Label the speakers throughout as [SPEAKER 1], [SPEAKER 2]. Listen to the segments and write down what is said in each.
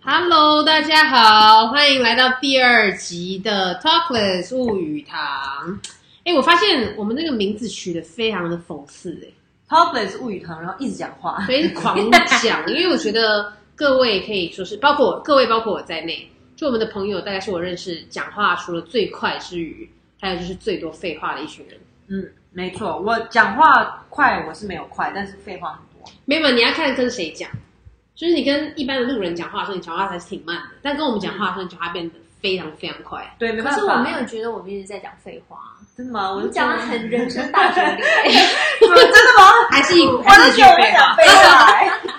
[SPEAKER 1] Hello，大家好，欢迎来到第二集的 Talkless 物语堂。哎，我发现我们那个名字取得非常的讽刺、
[SPEAKER 2] Talkless 物语堂，然后一直讲
[SPEAKER 1] 哎，
[SPEAKER 2] 话。
[SPEAKER 1] 所以狂 讲，因为我觉得各位可以说是，包括我各位，包括我在内，就我们的朋友，大概是我认识讲话除了最快之余，还有就是最多废话的一群人。
[SPEAKER 2] 嗯，没错，我讲话快，我是没有快，但是废话很多。
[SPEAKER 1] 没有，你要看跟谁讲，就是你跟一般的路人讲话的时候，你讲话还是挺慢的，但跟我们讲话的时候，你讲话变得非常非常快。
[SPEAKER 2] 对，没
[SPEAKER 3] 可
[SPEAKER 2] 办法。
[SPEAKER 3] 是我没有觉得我们一直在讲废话，
[SPEAKER 2] 真的吗？
[SPEAKER 3] 我
[SPEAKER 2] 我
[SPEAKER 3] 们讲的很人生大哲理。
[SPEAKER 2] 真的吗？
[SPEAKER 1] 还是
[SPEAKER 2] 我
[SPEAKER 1] 还是
[SPEAKER 2] 都
[SPEAKER 1] 一句
[SPEAKER 2] 觉得我
[SPEAKER 1] 废
[SPEAKER 2] 在
[SPEAKER 1] 话
[SPEAKER 2] 讲，废话，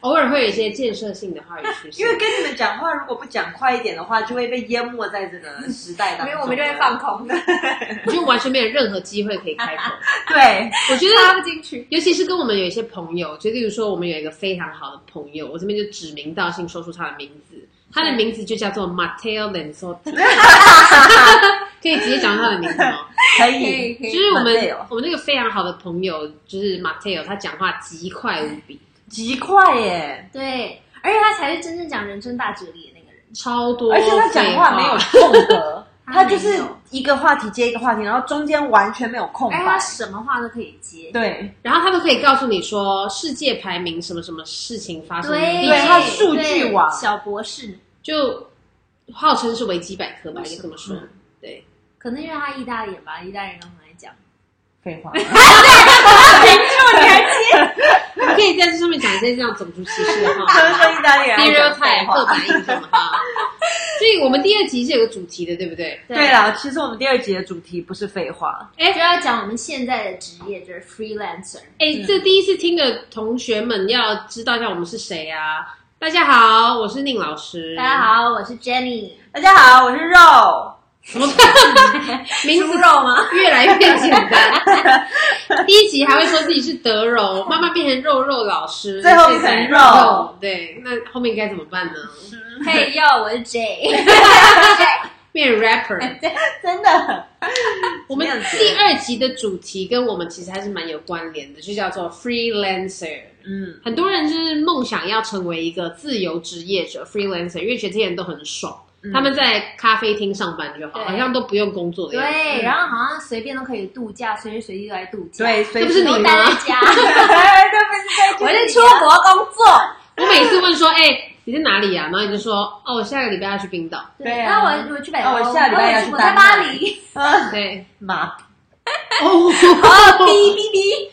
[SPEAKER 1] 偶尔会有一些建设性的 话语出现。
[SPEAKER 2] 因为跟你们讲话，如果不讲快一点的话，就会被淹没在这个时代当中。
[SPEAKER 3] 没有，我们就会放空 的，
[SPEAKER 1] 你就完全没有任何机会可以开 口。
[SPEAKER 2] 对，
[SPEAKER 1] 我觉
[SPEAKER 3] 插
[SPEAKER 1] 得，
[SPEAKER 3] 不进去。
[SPEAKER 1] 尤其是跟我们有一些朋友，就例如说我们有一个非常好的朋友，我这边就指名道姓说出他的名字，他的名字就叫做 Matteo Lenzotti，可以直接讲出他的名字吗？
[SPEAKER 2] 可
[SPEAKER 3] 可
[SPEAKER 2] 以
[SPEAKER 3] 以，可
[SPEAKER 1] 就
[SPEAKER 3] 以
[SPEAKER 1] 是我们
[SPEAKER 2] Matteo
[SPEAKER 1] 我们那个非常好的朋友，就是 Matteo，他讲话极快无比，
[SPEAKER 2] 极快耶！
[SPEAKER 3] 对，而且他才是真正讲人生大哲理的那个人。
[SPEAKER 1] 超多
[SPEAKER 2] 而
[SPEAKER 1] 废，
[SPEAKER 2] 且他讲话没有空 格，他
[SPEAKER 3] 他没有
[SPEAKER 2] 就是一个话题接一个话题，然后中间完全没有空
[SPEAKER 3] 而且
[SPEAKER 2] 白
[SPEAKER 3] 他。什么话都可以接，
[SPEAKER 2] 哦哎对，
[SPEAKER 1] 然后他都可以告诉你说世界排名什么什么事情发生的地
[SPEAKER 3] 对，
[SPEAKER 1] 点，
[SPEAKER 2] 对他是数据
[SPEAKER 3] 对
[SPEAKER 2] 网
[SPEAKER 3] 小博士，
[SPEAKER 1] 就号称是维基百科吧，应该这么说。
[SPEAKER 3] 嗯
[SPEAKER 1] 对，
[SPEAKER 3] 可能因为他意大利人吧，意大利人都很爱讲。
[SPEAKER 2] 废话。
[SPEAKER 1] 你可以在这上面讲一些这样种族歧视的
[SPEAKER 2] 他
[SPEAKER 3] 啊
[SPEAKER 2] 们
[SPEAKER 1] 话
[SPEAKER 2] 说意大利人爱讲废
[SPEAKER 1] ，stereotype 刻
[SPEAKER 2] 话。
[SPEAKER 1] 板印象的话。所以我们第二集是有个主题的，对不对？
[SPEAKER 2] 对，啊了，其实我们第二集的主题不是废话，
[SPEAKER 3] 就要讲我们现在的职业就是 freelancer。
[SPEAKER 2] 嗯
[SPEAKER 1] 哎，这第一次听的同学们要知道一下我们是谁啊！大家好，我是宁老师。
[SPEAKER 3] 大家好，我是 Jenny。
[SPEAKER 2] 大家好，我是肉。
[SPEAKER 1] 名字
[SPEAKER 3] 猪肉吗？
[SPEAKER 1] 越来越简单。第一集还会说自己是德柔，慢慢变成肉肉老师，
[SPEAKER 2] 最后变
[SPEAKER 1] 才
[SPEAKER 2] 成肉
[SPEAKER 1] 对，那后面该怎么办 呢？
[SPEAKER 3] 嘿哟，我是 J。
[SPEAKER 1] 变 rapper。
[SPEAKER 2] 真的，
[SPEAKER 1] 我们第二集的主题跟我们其实还是蛮有关联的，就叫做 freelancer。
[SPEAKER 2] 嗯，
[SPEAKER 1] 很多人就是梦想要成为一个自由职业者 freelancer，因为觉得这些人都很爽，
[SPEAKER 2] 嗯
[SPEAKER 1] 他们在咖啡厅上班就好，
[SPEAKER 3] 对
[SPEAKER 1] 好像都不用工作的样子。
[SPEAKER 3] 对，然后好像随便都可以度假，随时随地都来度假。
[SPEAKER 2] 对，，
[SPEAKER 1] 这
[SPEAKER 2] 随
[SPEAKER 1] 不是
[SPEAKER 2] 时
[SPEAKER 1] 你
[SPEAKER 3] 都
[SPEAKER 1] 吗
[SPEAKER 3] 待在家。
[SPEAKER 2] 对，不
[SPEAKER 3] 我
[SPEAKER 2] 是
[SPEAKER 3] 是出国工作。
[SPEAKER 1] 我每次问说：“哎、你在哪里呀、啊？”然后你就说：“哦，我下个礼拜要去冰岛。
[SPEAKER 2] 对啊
[SPEAKER 3] 那我我去北欧，
[SPEAKER 2] 啊我下礼拜要去
[SPEAKER 3] 我
[SPEAKER 2] 丹
[SPEAKER 3] 在
[SPEAKER 2] 麦
[SPEAKER 3] 巴黎。
[SPEAKER 2] 嗯，”
[SPEAKER 1] 对，
[SPEAKER 2] 妈，
[SPEAKER 1] 哦，
[SPEAKER 3] 哦，哔哔哔。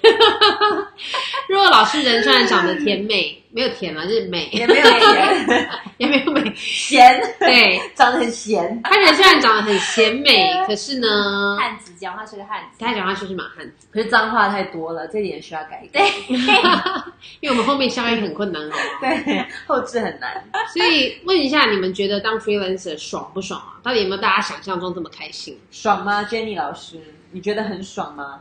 [SPEAKER 1] 若老师人虽然长得甜美，没有甜了，就是美，
[SPEAKER 2] 也没有钱，
[SPEAKER 1] 也没有美。
[SPEAKER 2] 闲，
[SPEAKER 1] 对，
[SPEAKER 2] 长得很闲，
[SPEAKER 1] 他人虽然长得很贤美，可是呢，
[SPEAKER 3] 汉子讲话是个汉子。
[SPEAKER 1] 他讲话就是马汉子，
[SPEAKER 2] 可是脏话太多了，这点需要改
[SPEAKER 3] 对
[SPEAKER 2] 改。，
[SPEAKER 1] 因为我们后面消音很困难哦。
[SPEAKER 2] 对，后置很难。
[SPEAKER 1] 所以问一下，你们觉得当 freelancer 爽不爽啊？到底有没有大家想象中这么开心？
[SPEAKER 2] 爽吗，Jenny 老师？你觉得很爽吗？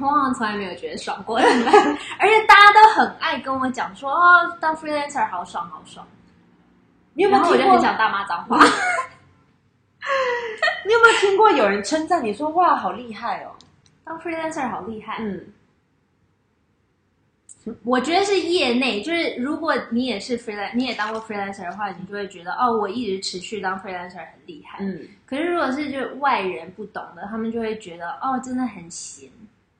[SPEAKER 3] 我好像从来没有觉得爽过，而且大家都很爱跟我讲说，哦，当 freelancer 好爽好爽。
[SPEAKER 2] 你有没
[SPEAKER 3] 然
[SPEAKER 2] 有
[SPEAKER 3] 后我
[SPEAKER 2] 听
[SPEAKER 3] 就很
[SPEAKER 2] 过？
[SPEAKER 3] 想大骂脏话。
[SPEAKER 2] 你有没有听过有人称赞你说哇，好厉害哦？
[SPEAKER 3] 当 freelancer 好厉害。
[SPEAKER 2] 嗯，
[SPEAKER 3] 我觉得是业内，就是如果你也是 freelancer，你也当过 freelancer 的话，你就会觉得哦，我一直持续当 freelancer 很厉害。
[SPEAKER 2] 嗯，
[SPEAKER 3] 可是如果是就是外人不懂的，他们就会觉得哦，真的很闲，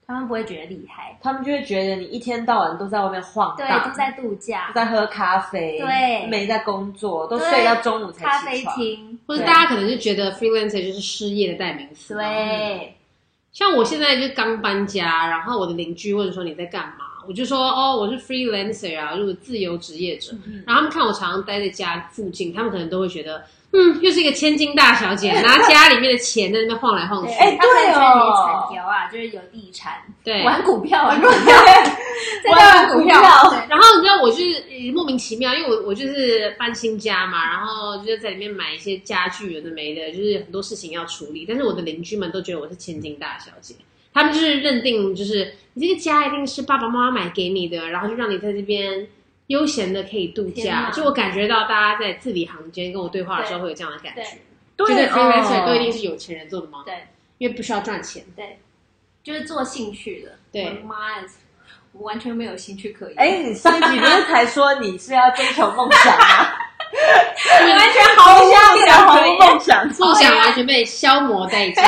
[SPEAKER 3] 他们不会觉得厉害。
[SPEAKER 2] 他们就会觉得你一天到晚都在外面晃
[SPEAKER 3] 对，
[SPEAKER 2] 荡，
[SPEAKER 3] 都在度
[SPEAKER 2] 都
[SPEAKER 3] 假、
[SPEAKER 2] 在喝咖啡，
[SPEAKER 3] 对
[SPEAKER 2] 没在工作，都
[SPEAKER 3] 对
[SPEAKER 2] 睡到中午才起
[SPEAKER 3] 咖
[SPEAKER 2] 床。
[SPEAKER 3] 啡厅，
[SPEAKER 1] 或者
[SPEAKER 2] 对
[SPEAKER 1] 大家可能就觉得 freelancer 就是失业的代名词。，啊
[SPEAKER 3] 对，
[SPEAKER 1] 像我现在就刚搬家，然后我的邻居问说你在干嘛，我就说哦，我是 freelancer 啊，就是自由职业者。然后他们看我常常待在家附近，他们可能都会觉得，嗯，又是一个千金大小姐，拿家里面的钱在那边晃来晃去。
[SPEAKER 3] 对，
[SPEAKER 2] 哎
[SPEAKER 3] 他们
[SPEAKER 2] 对
[SPEAKER 3] 觉得你
[SPEAKER 2] 哦
[SPEAKER 3] 产条啊，就是有地产，
[SPEAKER 1] 对
[SPEAKER 3] 玩股票，玩股
[SPEAKER 2] 对
[SPEAKER 3] 票， 在那玩股票
[SPEAKER 2] 玩股票，
[SPEAKER 3] 对
[SPEAKER 1] 然后你知道我就是呃莫名其妙，因为我我就是搬新家嘛，然后就是在里面买一些家具，有的没的，就是很多事情要处理。但是我的邻居们都觉得我是千金大小姐，他们就是认定就是你这个家一定是爸爸妈妈买给你的，然后就让你在这边悠闲的可以度
[SPEAKER 3] 天
[SPEAKER 1] 假。
[SPEAKER 3] 哪
[SPEAKER 1] 就我感觉到大家在字里行间跟我对话的时候会有这样的感觉，
[SPEAKER 3] 对
[SPEAKER 2] 对
[SPEAKER 1] 觉得 freelancer
[SPEAKER 2] 哦
[SPEAKER 1] 都一定是有钱人做的吗？
[SPEAKER 3] 对，
[SPEAKER 1] 因为不需要赚钱。
[SPEAKER 3] 就是做兴趣的。
[SPEAKER 1] 对
[SPEAKER 3] 我的妈呀！我完全没有兴趣可言。
[SPEAKER 2] 哎，你上一集不是才说你是要追求梦想 吗？
[SPEAKER 3] 你完全毫无
[SPEAKER 2] 我现在变成毫
[SPEAKER 3] 可
[SPEAKER 2] 无
[SPEAKER 3] 言
[SPEAKER 2] 梦 想，
[SPEAKER 3] 哦
[SPEAKER 1] 梦
[SPEAKER 3] 哎
[SPEAKER 1] 想完全被消磨殆 尽，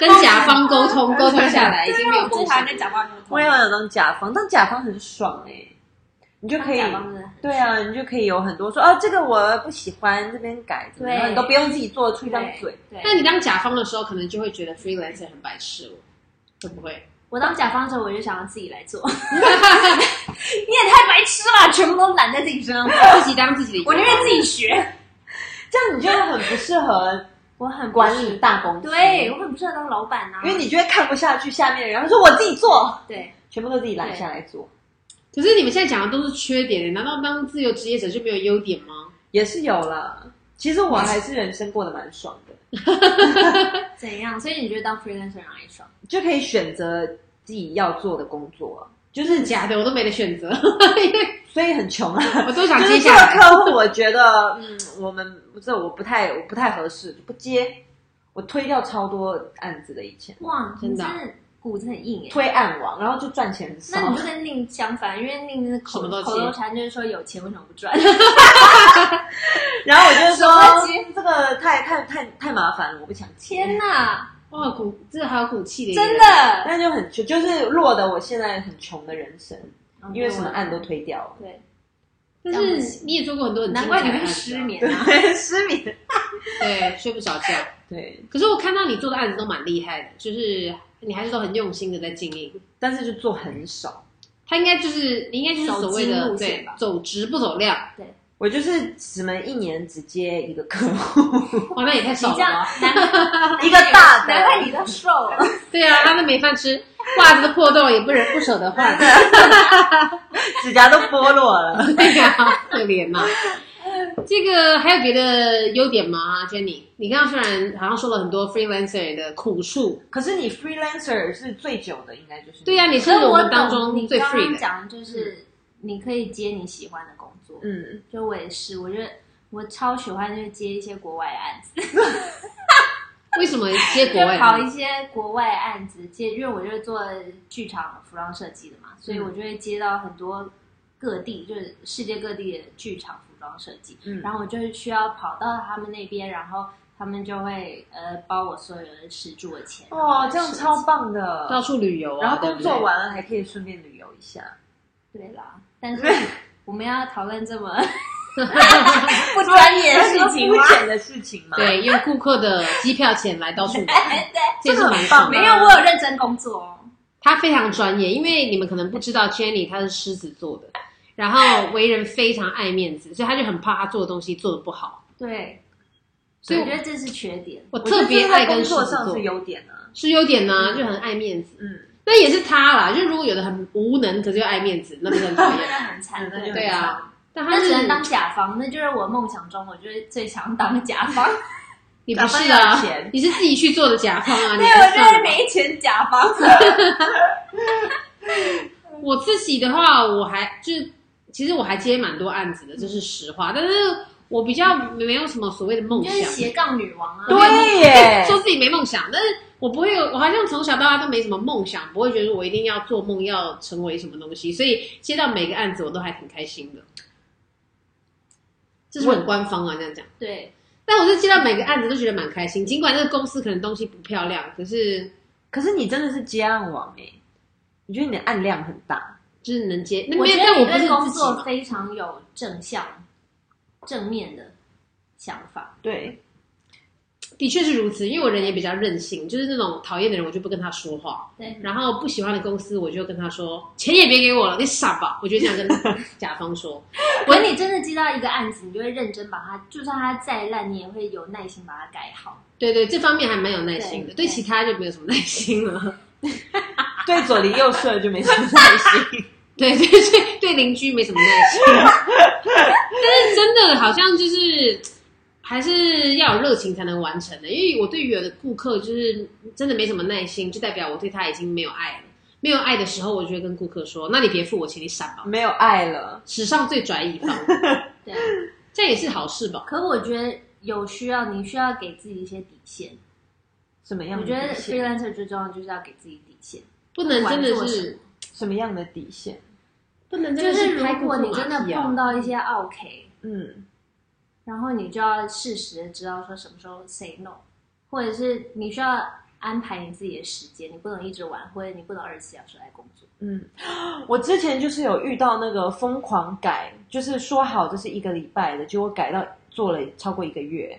[SPEAKER 1] 跟甲方沟通沟通下来已经没有
[SPEAKER 3] 我最
[SPEAKER 1] 梦
[SPEAKER 3] 讨
[SPEAKER 1] 想。
[SPEAKER 3] 厌跟甲方沟通，
[SPEAKER 2] 我也有那种甲方，但甲方很爽哎、你就可以
[SPEAKER 3] 当甲方真的很
[SPEAKER 2] 对啊，你就可以有很多说啊，这个我不喜欢，这边改，怎么样
[SPEAKER 3] 对
[SPEAKER 2] 你都不用自己做出一张
[SPEAKER 3] 对
[SPEAKER 2] 嘴。
[SPEAKER 3] 对，
[SPEAKER 1] 那你当甲方的时候，可能就会觉得 freelancer 很白痴了，会不 会？
[SPEAKER 3] 我当甲方的时候，我就想要自己来做。 你也太白痴了吧，全部都揽在自己身上，
[SPEAKER 1] 自己当自己的，
[SPEAKER 3] 我宁愿自己学。
[SPEAKER 2] 这样你就很不适合
[SPEAKER 3] 我很不
[SPEAKER 2] 管
[SPEAKER 3] 适
[SPEAKER 2] 理大公司，
[SPEAKER 3] 对我很不适合当老板啊，
[SPEAKER 2] 因为你就会看不下去下面的人，他说我自己 做，
[SPEAKER 3] 对
[SPEAKER 2] 全部都自己揽下来做，
[SPEAKER 1] 可是你们现在讲的都是缺点，欸难道当自由职业者就没有优点吗？
[SPEAKER 2] 也是有啦。其实我还是人生过得蛮爽的，
[SPEAKER 3] 怎样？所以你觉得当 freelancer 哪里爽？
[SPEAKER 2] 就可以选择自己要做的工作啊，就是
[SPEAKER 1] 真的假的，我都没得选择，
[SPEAKER 2] 所以很 穷啊。
[SPEAKER 1] 我都想
[SPEAKER 2] 就
[SPEAKER 1] 接
[SPEAKER 2] 是这
[SPEAKER 1] 下
[SPEAKER 2] 个
[SPEAKER 1] 来。
[SPEAKER 2] 客户，我觉得，嗯，我们这我不太我不太合适，就不接。我推掉超多案子的，以前
[SPEAKER 3] 哇，
[SPEAKER 1] 真的啊
[SPEAKER 3] 你真的骨子很硬哎。
[SPEAKER 2] 推案王，然后就赚钱很少。
[SPEAKER 3] 那你就跟宁相反，因为宁是口
[SPEAKER 1] 什么都接
[SPEAKER 3] 口头禅就是说有钱为什么不赚？
[SPEAKER 2] 然后我就
[SPEAKER 3] 什么
[SPEAKER 2] 说
[SPEAKER 3] 接
[SPEAKER 2] 这个太太太太麻烦了，我不想接。
[SPEAKER 3] 天哪，
[SPEAKER 1] 哇，骨这还有骨气的耶，
[SPEAKER 3] 真的，
[SPEAKER 2] 那就很穷，就是落得我现在很穷的人生，
[SPEAKER 3] 嗯
[SPEAKER 2] 因为什么案都推掉 了，
[SPEAKER 3] 对，
[SPEAKER 1] 但是你也做过很多很精
[SPEAKER 3] 难
[SPEAKER 1] 彩
[SPEAKER 3] 怪你
[SPEAKER 1] 的案
[SPEAKER 3] 会
[SPEAKER 1] 子啊
[SPEAKER 3] 失， 眠啊。
[SPEAKER 2] 对，失眠，
[SPEAKER 1] 对，睡不着觉。
[SPEAKER 2] 对，
[SPEAKER 1] 可是我看到你做的案子都蛮厉害的，就是你还是都很用心的在经营。
[SPEAKER 2] 但是就做很少。
[SPEAKER 1] 他应该就是你应该就是所谓
[SPEAKER 3] 走精
[SPEAKER 1] 的
[SPEAKER 3] 路线
[SPEAKER 1] 对
[SPEAKER 3] 吧
[SPEAKER 1] 走值不走量，
[SPEAKER 2] 我就是只能一年只接一个客户，
[SPEAKER 1] 哇，那也太
[SPEAKER 3] 你
[SPEAKER 1] 少了
[SPEAKER 3] 这样
[SPEAKER 1] 吧？，
[SPEAKER 3] 难怪
[SPEAKER 2] 一个大
[SPEAKER 3] 难怪
[SPEAKER 2] 的。
[SPEAKER 3] 你都瘦了。
[SPEAKER 1] 对啊，他们没饭吃，袜子都破洞也不忍不舍得换，
[SPEAKER 2] 指甲都剥落了，
[SPEAKER 1] 对呀、可怜呐、这个还有别的优点吗，Jenny？你刚刚虽然好像说了很多 freelancer 的苦处，
[SPEAKER 2] 可是你 freelancer 是最久的，应该就是你
[SPEAKER 1] 对啊呀、你是
[SPEAKER 3] 所以
[SPEAKER 1] 我们
[SPEAKER 3] 懂
[SPEAKER 1] 当中
[SPEAKER 3] 你
[SPEAKER 1] 最
[SPEAKER 3] 刚刚
[SPEAKER 1] free 的。
[SPEAKER 3] 讲的就是你可以接你喜欢的工作，
[SPEAKER 2] 嗯，
[SPEAKER 3] 就我也是，我觉得我超喜欢就是接一些国外案子，
[SPEAKER 1] 为什么接国外
[SPEAKER 3] 就跑
[SPEAKER 1] 呢？
[SPEAKER 3] 一些国外案子接，因为我就是做剧场服装设计的嘛，所以我就会接到很多各地，就是世界各地的剧场服装设计，
[SPEAKER 2] 嗯
[SPEAKER 3] 然后我就是需要跑到他们那边，然后他们就会呃包我所有的吃住的钱，然后
[SPEAKER 2] 哦
[SPEAKER 3] 来，
[SPEAKER 2] 这样
[SPEAKER 3] 设计
[SPEAKER 2] 超棒
[SPEAKER 1] 到
[SPEAKER 2] 的。
[SPEAKER 1] 处旅游啊，
[SPEAKER 2] 然后工
[SPEAKER 1] 对
[SPEAKER 2] 作
[SPEAKER 1] 不对
[SPEAKER 2] 完了还可以顺便旅游一下，
[SPEAKER 3] 对啦，但 是我们要讨论这么不专业的事情
[SPEAKER 2] 肤
[SPEAKER 3] 吗？
[SPEAKER 2] 浅的事情嘛。，
[SPEAKER 1] 对，用顾客的机票钱来到处玩，
[SPEAKER 3] 对，
[SPEAKER 1] 这也是蛮
[SPEAKER 2] 这个很棒
[SPEAKER 1] 爽的
[SPEAKER 3] 没有，我有认真工作哦。
[SPEAKER 1] 他非常专业，因为你们可能不知道 Jenny 她是狮子座的，然后为人非常爱面子，所以他就很怕他做的东西做的不好。
[SPEAKER 3] 对，
[SPEAKER 1] 所以
[SPEAKER 3] 我觉
[SPEAKER 1] 我
[SPEAKER 3] 得这是缺 点。
[SPEAKER 1] 我
[SPEAKER 2] 我觉得
[SPEAKER 1] 特别
[SPEAKER 2] 这在
[SPEAKER 1] 爱跟
[SPEAKER 2] 工
[SPEAKER 1] 狮
[SPEAKER 2] 作
[SPEAKER 1] 子
[SPEAKER 2] 上
[SPEAKER 1] 座
[SPEAKER 2] 是，优点啊。
[SPEAKER 1] 是优点呢、就很爱面子。
[SPEAKER 2] 嗯，
[SPEAKER 1] 那也是他啦，就是如果有的很无能，可是又爱面子，那不是很讨
[SPEAKER 3] 真的
[SPEAKER 1] 厌。
[SPEAKER 3] 很惨，
[SPEAKER 2] 对
[SPEAKER 1] 对啊，但他
[SPEAKER 3] 那
[SPEAKER 1] 是
[SPEAKER 3] 只能当甲方，那就是我梦想中，我就是最想当甲方。
[SPEAKER 1] 你不是
[SPEAKER 2] 打扮要
[SPEAKER 1] 啊
[SPEAKER 2] 钱？
[SPEAKER 1] 你是自己去做的甲方啊？
[SPEAKER 3] 对，
[SPEAKER 1] 你还
[SPEAKER 3] 我
[SPEAKER 1] 算
[SPEAKER 3] 就是没钱甲方。
[SPEAKER 1] 我自己的话，我还就是其实我还接蛮多案子的，这是实话。但是我比较没有什么所谓的梦
[SPEAKER 3] 你就是
[SPEAKER 1] 想，
[SPEAKER 3] 斜杠女王啊！
[SPEAKER 2] 对耶，
[SPEAKER 1] 说自己没梦想，但是我不会有，我好像从小到大都没什么梦想，不会觉得我一定要做梦要成为什么东西，所以接到每个案子我都还挺开心的。这是不是很官方啊，这样讲。
[SPEAKER 3] 对，
[SPEAKER 1] 但我是接到每个案子都觉得蛮开心，尽管这个公司可能东西不漂亮，可是
[SPEAKER 2] 可是你真的是接案王哎，你觉得你的案量很大，
[SPEAKER 1] 就是能接。那
[SPEAKER 3] 我
[SPEAKER 1] 没有
[SPEAKER 3] 觉，
[SPEAKER 1] 但
[SPEAKER 3] 得
[SPEAKER 1] 我
[SPEAKER 3] 你
[SPEAKER 1] 不是
[SPEAKER 3] 对工
[SPEAKER 1] 自己
[SPEAKER 3] 作
[SPEAKER 1] 嘛。
[SPEAKER 3] 非常有正向、正面的想法。
[SPEAKER 2] 对，
[SPEAKER 1] 的确是如此，因为我人也比较任性，就是那种讨厌的人，我就不跟他说话。
[SPEAKER 3] 对
[SPEAKER 1] 然后不喜欢的公司，我就跟他说，钱也别给我了，你傻吧？我就这样跟 甲方说。
[SPEAKER 3] 可你真的接到一个案子，你就会认真把它，就算它再烂，你也会有耐心把它改好。
[SPEAKER 1] 对对，这方面还蛮有耐心的，
[SPEAKER 3] 对
[SPEAKER 1] 对其他就没有什么耐心了。
[SPEAKER 2] 对左邻右舍就没什么耐 心。
[SPEAKER 1] 对对对，对邻居没什么耐心。但是真的好像就是还是要有热情才能完成的，因为我对于有的顾客就是真的没什么耐心，就代表我对他已经没有爱了。没有爱的时候，我就会跟顾客说：“那你别付我钱，你傻吧。”
[SPEAKER 2] 没有爱了，
[SPEAKER 1] 史上最拽乙方，
[SPEAKER 3] 对，啊
[SPEAKER 1] 这样也是好事吧？
[SPEAKER 3] 可我觉得有需要，你需要给自己一些底线。
[SPEAKER 2] 什么样
[SPEAKER 3] 我
[SPEAKER 2] 的
[SPEAKER 3] 觉
[SPEAKER 2] 底线？
[SPEAKER 3] 得 freelancer 最重要就是要给自己底线，
[SPEAKER 1] 不能真的
[SPEAKER 3] 不管做什
[SPEAKER 1] 是
[SPEAKER 3] 么
[SPEAKER 2] 什么样的底线？
[SPEAKER 1] 不能真
[SPEAKER 3] 就
[SPEAKER 1] 的
[SPEAKER 3] 是
[SPEAKER 1] 拍
[SPEAKER 3] 如果你真的碰
[SPEAKER 1] 到，
[SPEAKER 3] 到一些 OK，
[SPEAKER 2] 嗯，
[SPEAKER 3] 然后你就要适时的知道说什么时候 say no，或者是你需要安排你自己的时间，你不能一直玩，或者你不能二十四小时来工作。
[SPEAKER 2] 嗯，我之前就是有遇到那个疯狂改，就是说好这是一个礼拜的，结果改到做了超过一个月。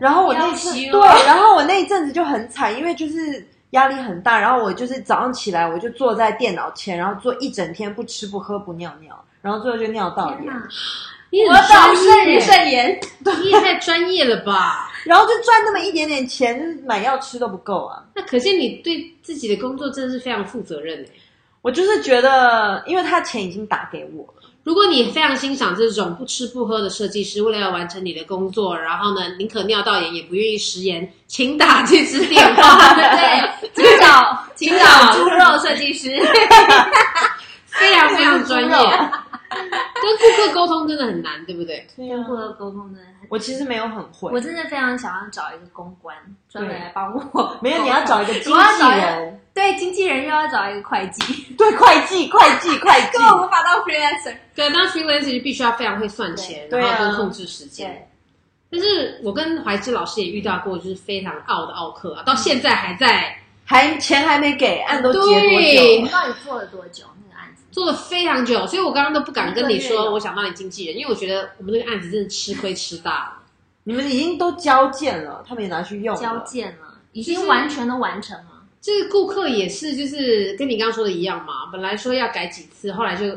[SPEAKER 2] 然后我那一次
[SPEAKER 1] 要求
[SPEAKER 2] 对，然后我那一阵子就很惨，因为就是压力很大。然后我就是早上起来，我就坐在电脑前，然后坐一整天，不吃不喝不尿尿，然后最后就尿道炎。
[SPEAKER 3] 哪，
[SPEAKER 1] 你
[SPEAKER 2] 我
[SPEAKER 1] 很专
[SPEAKER 2] 肾
[SPEAKER 1] 业，
[SPEAKER 2] 肾炎，
[SPEAKER 1] 你也太专业了吧？
[SPEAKER 2] 然后就赚那么一点点钱，就是买药吃都不够啊。
[SPEAKER 1] 那可见你对自己的工作真的是非常负责任诶、欸
[SPEAKER 2] 我就是觉得，因为他钱已经打给我了，
[SPEAKER 1] 如果你非常欣赏这种不吃不喝的设计师，为了要完成你的工作，然后呢，宁可尿道炎也不愿意食言，请打这支电话，对不 对？
[SPEAKER 3] 对，请找请找猪肉设计师。
[SPEAKER 1] 非常非常 专业，跟顾客沟通真的很难，对不对？
[SPEAKER 2] 对
[SPEAKER 3] 跟顾客沟通真的很，
[SPEAKER 2] 我其实没有很会，
[SPEAKER 3] 啊我真的非常想要找一个公关专门来帮我。
[SPEAKER 2] 没有，你要找一个经
[SPEAKER 3] 我要
[SPEAKER 2] 纪
[SPEAKER 3] 找一
[SPEAKER 2] 人，
[SPEAKER 3] 对经纪人又要找一个会 计，
[SPEAKER 2] 对，会计，会 计，会计
[SPEAKER 3] 根，本无法当 freelancer。
[SPEAKER 1] 对，当 freelancer 就必须要非常会算钱，
[SPEAKER 2] 对
[SPEAKER 1] 然后
[SPEAKER 2] 对啊
[SPEAKER 1] 跟控制时间。但
[SPEAKER 3] 对，
[SPEAKER 1] 是我跟怀之老师也遇到过，就是非常傲的奥克啊，到现在还在
[SPEAKER 2] 还钱还没给，案都结
[SPEAKER 1] 对
[SPEAKER 2] 多
[SPEAKER 3] 我
[SPEAKER 2] 久？
[SPEAKER 3] 到底做了多久那个案子？
[SPEAKER 1] 做了非常久，所以我刚刚都不敢跟你
[SPEAKER 3] 一个月
[SPEAKER 1] 说
[SPEAKER 3] 有
[SPEAKER 1] 我想当你经纪人，因为我觉得我们这个案子真的吃亏吃大了。
[SPEAKER 2] 你们已经都交件了，他们也拿去用了
[SPEAKER 3] 交件了，已
[SPEAKER 1] 就是
[SPEAKER 3] 经完全都完成了。
[SPEAKER 1] 就是顾客也是，就是跟你刚刚说的一样嘛，本来说要改几次，后来就也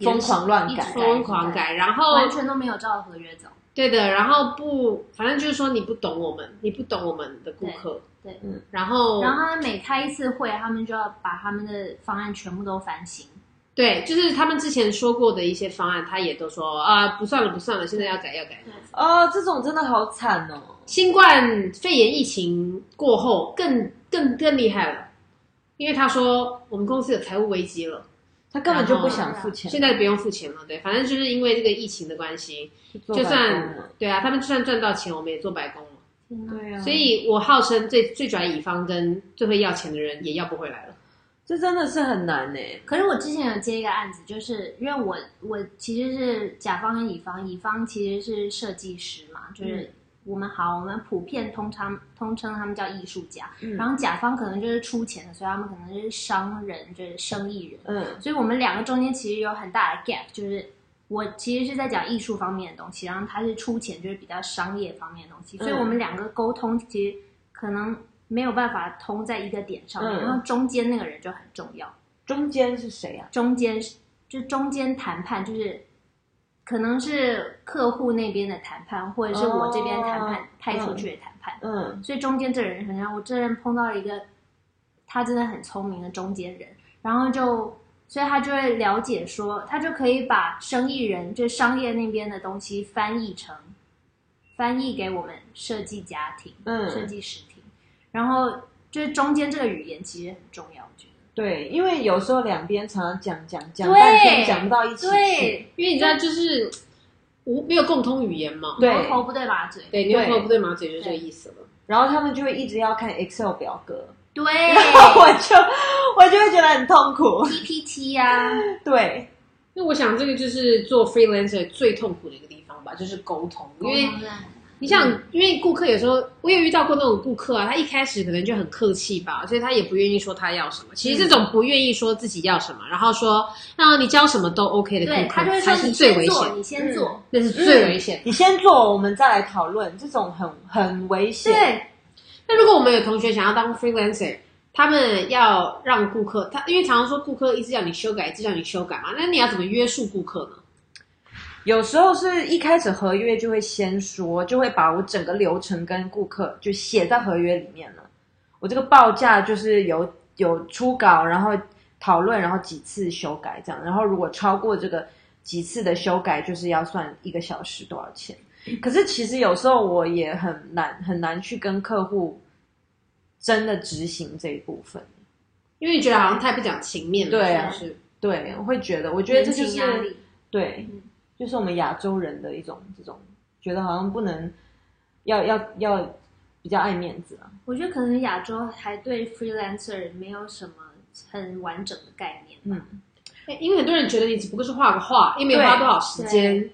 [SPEAKER 1] 是
[SPEAKER 2] 疯狂乱改
[SPEAKER 3] 一，直
[SPEAKER 1] 疯狂改，然
[SPEAKER 2] 哦
[SPEAKER 1] 后
[SPEAKER 3] 完全都没有照合约走。
[SPEAKER 1] 对的，然后不，反正就是说你不懂我们，你不懂我们的顾客，
[SPEAKER 3] 对对
[SPEAKER 1] 嗯，然后
[SPEAKER 3] 然后他们每开一次会，他们就要把他们的方案全部都翻新。
[SPEAKER 1] 对，就是他们之前说过的一些方案，他也都说啊，不算了，不算了，现在要改要改。
[SPEAKER 2] 哦，这种真的好惨哦。
[SPEAKER 1] 新冠肺炎疫情过后，更更更厉害了，因为他说我们公司有财务危机了，
[SPEAKER 2] 他根本就不想付钱，
[SPEAKER 1] 现在不用付钱了，对，反正就是因为这个疫情的关系，
[SPEAKER 2] 做
[SPEAKER 1] 就
[SPEAKER 2] 白工
[SPEAKER 1] 算
[SPEAKER 2] 了
[SPEAKER 1] 对啊，他们就算赚到钱，我们也做白工了。
[SPEAKER 3] 天哪！
[SPEAKER 2] 对啊，
[SPEAKER 1] 所以我号称最最拽乙方跟最会要钱的人也要不回来了。
[SPEAKER 2] 这真的是很难呢。欸
[SPEAKER 3] 可是我之前有接一个案子，就是因为我我其实是甲方跟乙方，乙方其实是设计师嘛，就是我们好，我们普遍通常通称他们叫艺术家，
[SPEAKER 2] 嗯
[SPEAKER 3] 然后甲方可能就是出钱的，所以他们可能就是商人，就是生意人，
[SPEAKER 2] 嗯
[SPEAKER 3] 所以我们两个中间其实有很大的 gap，就是我其实是在讲艺术方面的东西，然后他是出钱，就是比较商业方面的东西，所以
[SPEAKER 2] 嗯
[SPEAKER 3] 我们两个沟通其实可能没有办法通在一个点上面，
[SPEAKER 2] 嗯
[SPEAKER 3] 然后中间那个人就很重要，
[SPEAKER 2] 中间是谁啊？
[SPEAKER 3] 中间就中间谈判就是。可能是客户那边的谈判，或者是我这边谈判、
[SPEAKER 2] 哦
[SPEAKER 3] 派出去的谈判，
[SPEAKER 2] 嗯
[SPEAKER 3] 所以中间这人很像我这人碰到一个，他真的很聪明的中间人，然后就所以他就会了解说，他就可以把生意人就商业那边的东西翻译成翻译给我们设计家庭、设
[SPEAKER 2] 嗯，
[SPEAKER 3] 计师听，然后就是中间这个语言其实很重要，我觉得。
[SPEAKER 2] 对，因为有时候两边常常讲讲讲
[SPEAKER 3] 对
[SPEAKER 2] 半天，讲不到一起去。，
[SPEAKER 1] 因为你知道，就是无没有共通语言嘛。
[SPEAKER 2] 对
[SPEAKER 3] 牛头不对马嘴，
[SPEAKER 1] 对，牛头
[SPEAKER 2] 对
[SPEAKER 1] 不对马嘴就是这个意思了。
[SPEAKER 2] 然后他们就会一直要看 Excel 表格，
[SPEAKER 3] 对
[SPEAKER 2] 我就我就会觉得很痛苦。
[SPEAKER 3] PPT 呀、啊，
[SPEAKER 2] 对，
[SPEAKER 1] 因为我想，这个就是做 freelancer 最痛苦的一个地方吧，就是沟通。因为
[SPEAKER 3] 沟通啊
[SPEAKER 1] 你想，因为顾客有时候我也遇到过那种顾客啊，他一开始可能就很客气吧，所以他也不愿意说他要什么。
[SPEAKER 3] 嗯
[SPEAKER 1] 其实这种不愿意说自己要什么，然后说啊你教什么都 OK 的顾
[SPEAKER 3] 对
[SPEAKER 1] 客，
[SPEAKER 3] 他就会说
[SPEAKER 1] 才是
[SPEAKER 3] 你
[SPEAKER 1] 最危
[SPEAKER 3] 先
[SPEAKER 1] 险
[SPEAKER 3] 做，
[SPEAKER 1] 的，
[SPEAKER 3] 你嗯
[SPEAKER 2] 嗯
[SPEAKER 3] 先做，
[SPEAKER 1] 那是最危险的。
[SPEAKER 2] 你先做，我们再来讨论。这种很很危险。
[SPEAKER 3] 对，
[SPEAKER 1] 那如果我们有同学想要当 freelancer，他们要让顾客，他因为常常说顾客一直要你修改，一直要你修改嘛，那你要怎么约束顾客呢？
[SPEAKER 2] 有时候是一开始合约就会先说，就会把我整个流程跟顾客就写在合约里面了。我这个报价就是有有初稿，然后讨论，然后几次修改这样。然后如果超过这个几次的修改，就是要算一个小时多少钱。可是其实有时候我也很难很难去跟客户真的执行这一部分。
[SPEAKER 1] 因为你觉得好像太不讲情面了，
[SPEAKER 2] 对啊
[SPEAKER 1] 是不是？
[SPEAKER 2] 对，我会觉得，我觉得这就
[SPEAKER 3] 人情压
[SPEAKER 2] 是
[SPEAKER 3] 力。
[SPEAKER 2] 对
[SPEAKER 3] 嗯，
[SPEAKER 2] 就是我们亚洲人的一种这种觉得好像不能要要要比较爱面子啊。
[SPEAKER 3] 我觉得可能亚洲还对 freelancer 没有什么很完整的概念。
[SPEAKER 1] 哎因为很多人觉得你只不过是画个画，也没花多少时间。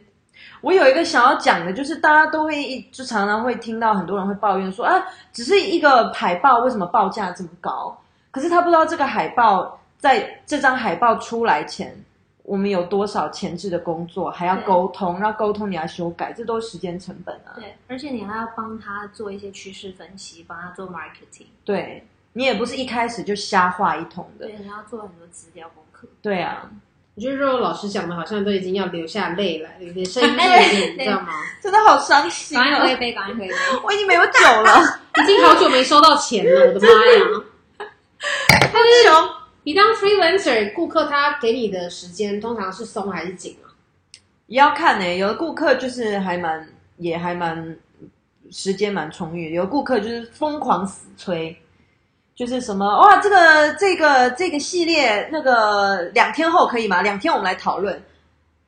[SPEAKER 2] 我有一个想要讲的，就是大家都会一就常常会听到很多人会抱怨说啊，只是一个海报为什么报价这么高？可是他不知道这个海报在这张海报出来前，我们有多少前置的工作，还要
[SPEAKER 3] 对
[SPEAKER 2] 沟通，然后沟通你要修改，这都是时间成本啊。
[SPEAKER 3] 对，而且你还要帮他做一些趋势分析，帮他做 marketing，
[SPEAKER 2] 对你也不是一开始就瞎画一通的
[SPEAKER 3] 对，，你要做很多资料功课。
[SPEAKER 2] 对啊，
[SPEAKER 1] 我觉得肉肉老师讲的，好像都已经要流下泪来了，有点 声音有点，你知道吗？
[SPEAKER 2] 真的好伤心
[SPEAKER 4] 赶快喝
[SPEAKER 2] 啊！
[SPEAKER 4] 一杯，赶快喝 一杯。
[SPEAKER 2] 我已经没有酒了，
[SPEAKER 1] 已经好久没收到钱了，我的妈呀！
[SPEAKER 2] 好穷。
[SPEAKER 1] 你当 freelancer，顾客他给你的时间通常是松还是紧啊？
[SPEAKER 2] 也要看呢、欸有的顾客就是还蛮也还蛮时间蛮充裕，有的顾客就是疯狂死催，就是什么哇，这个这个这个系列那个两天后可以吗？两天我们来讨论，然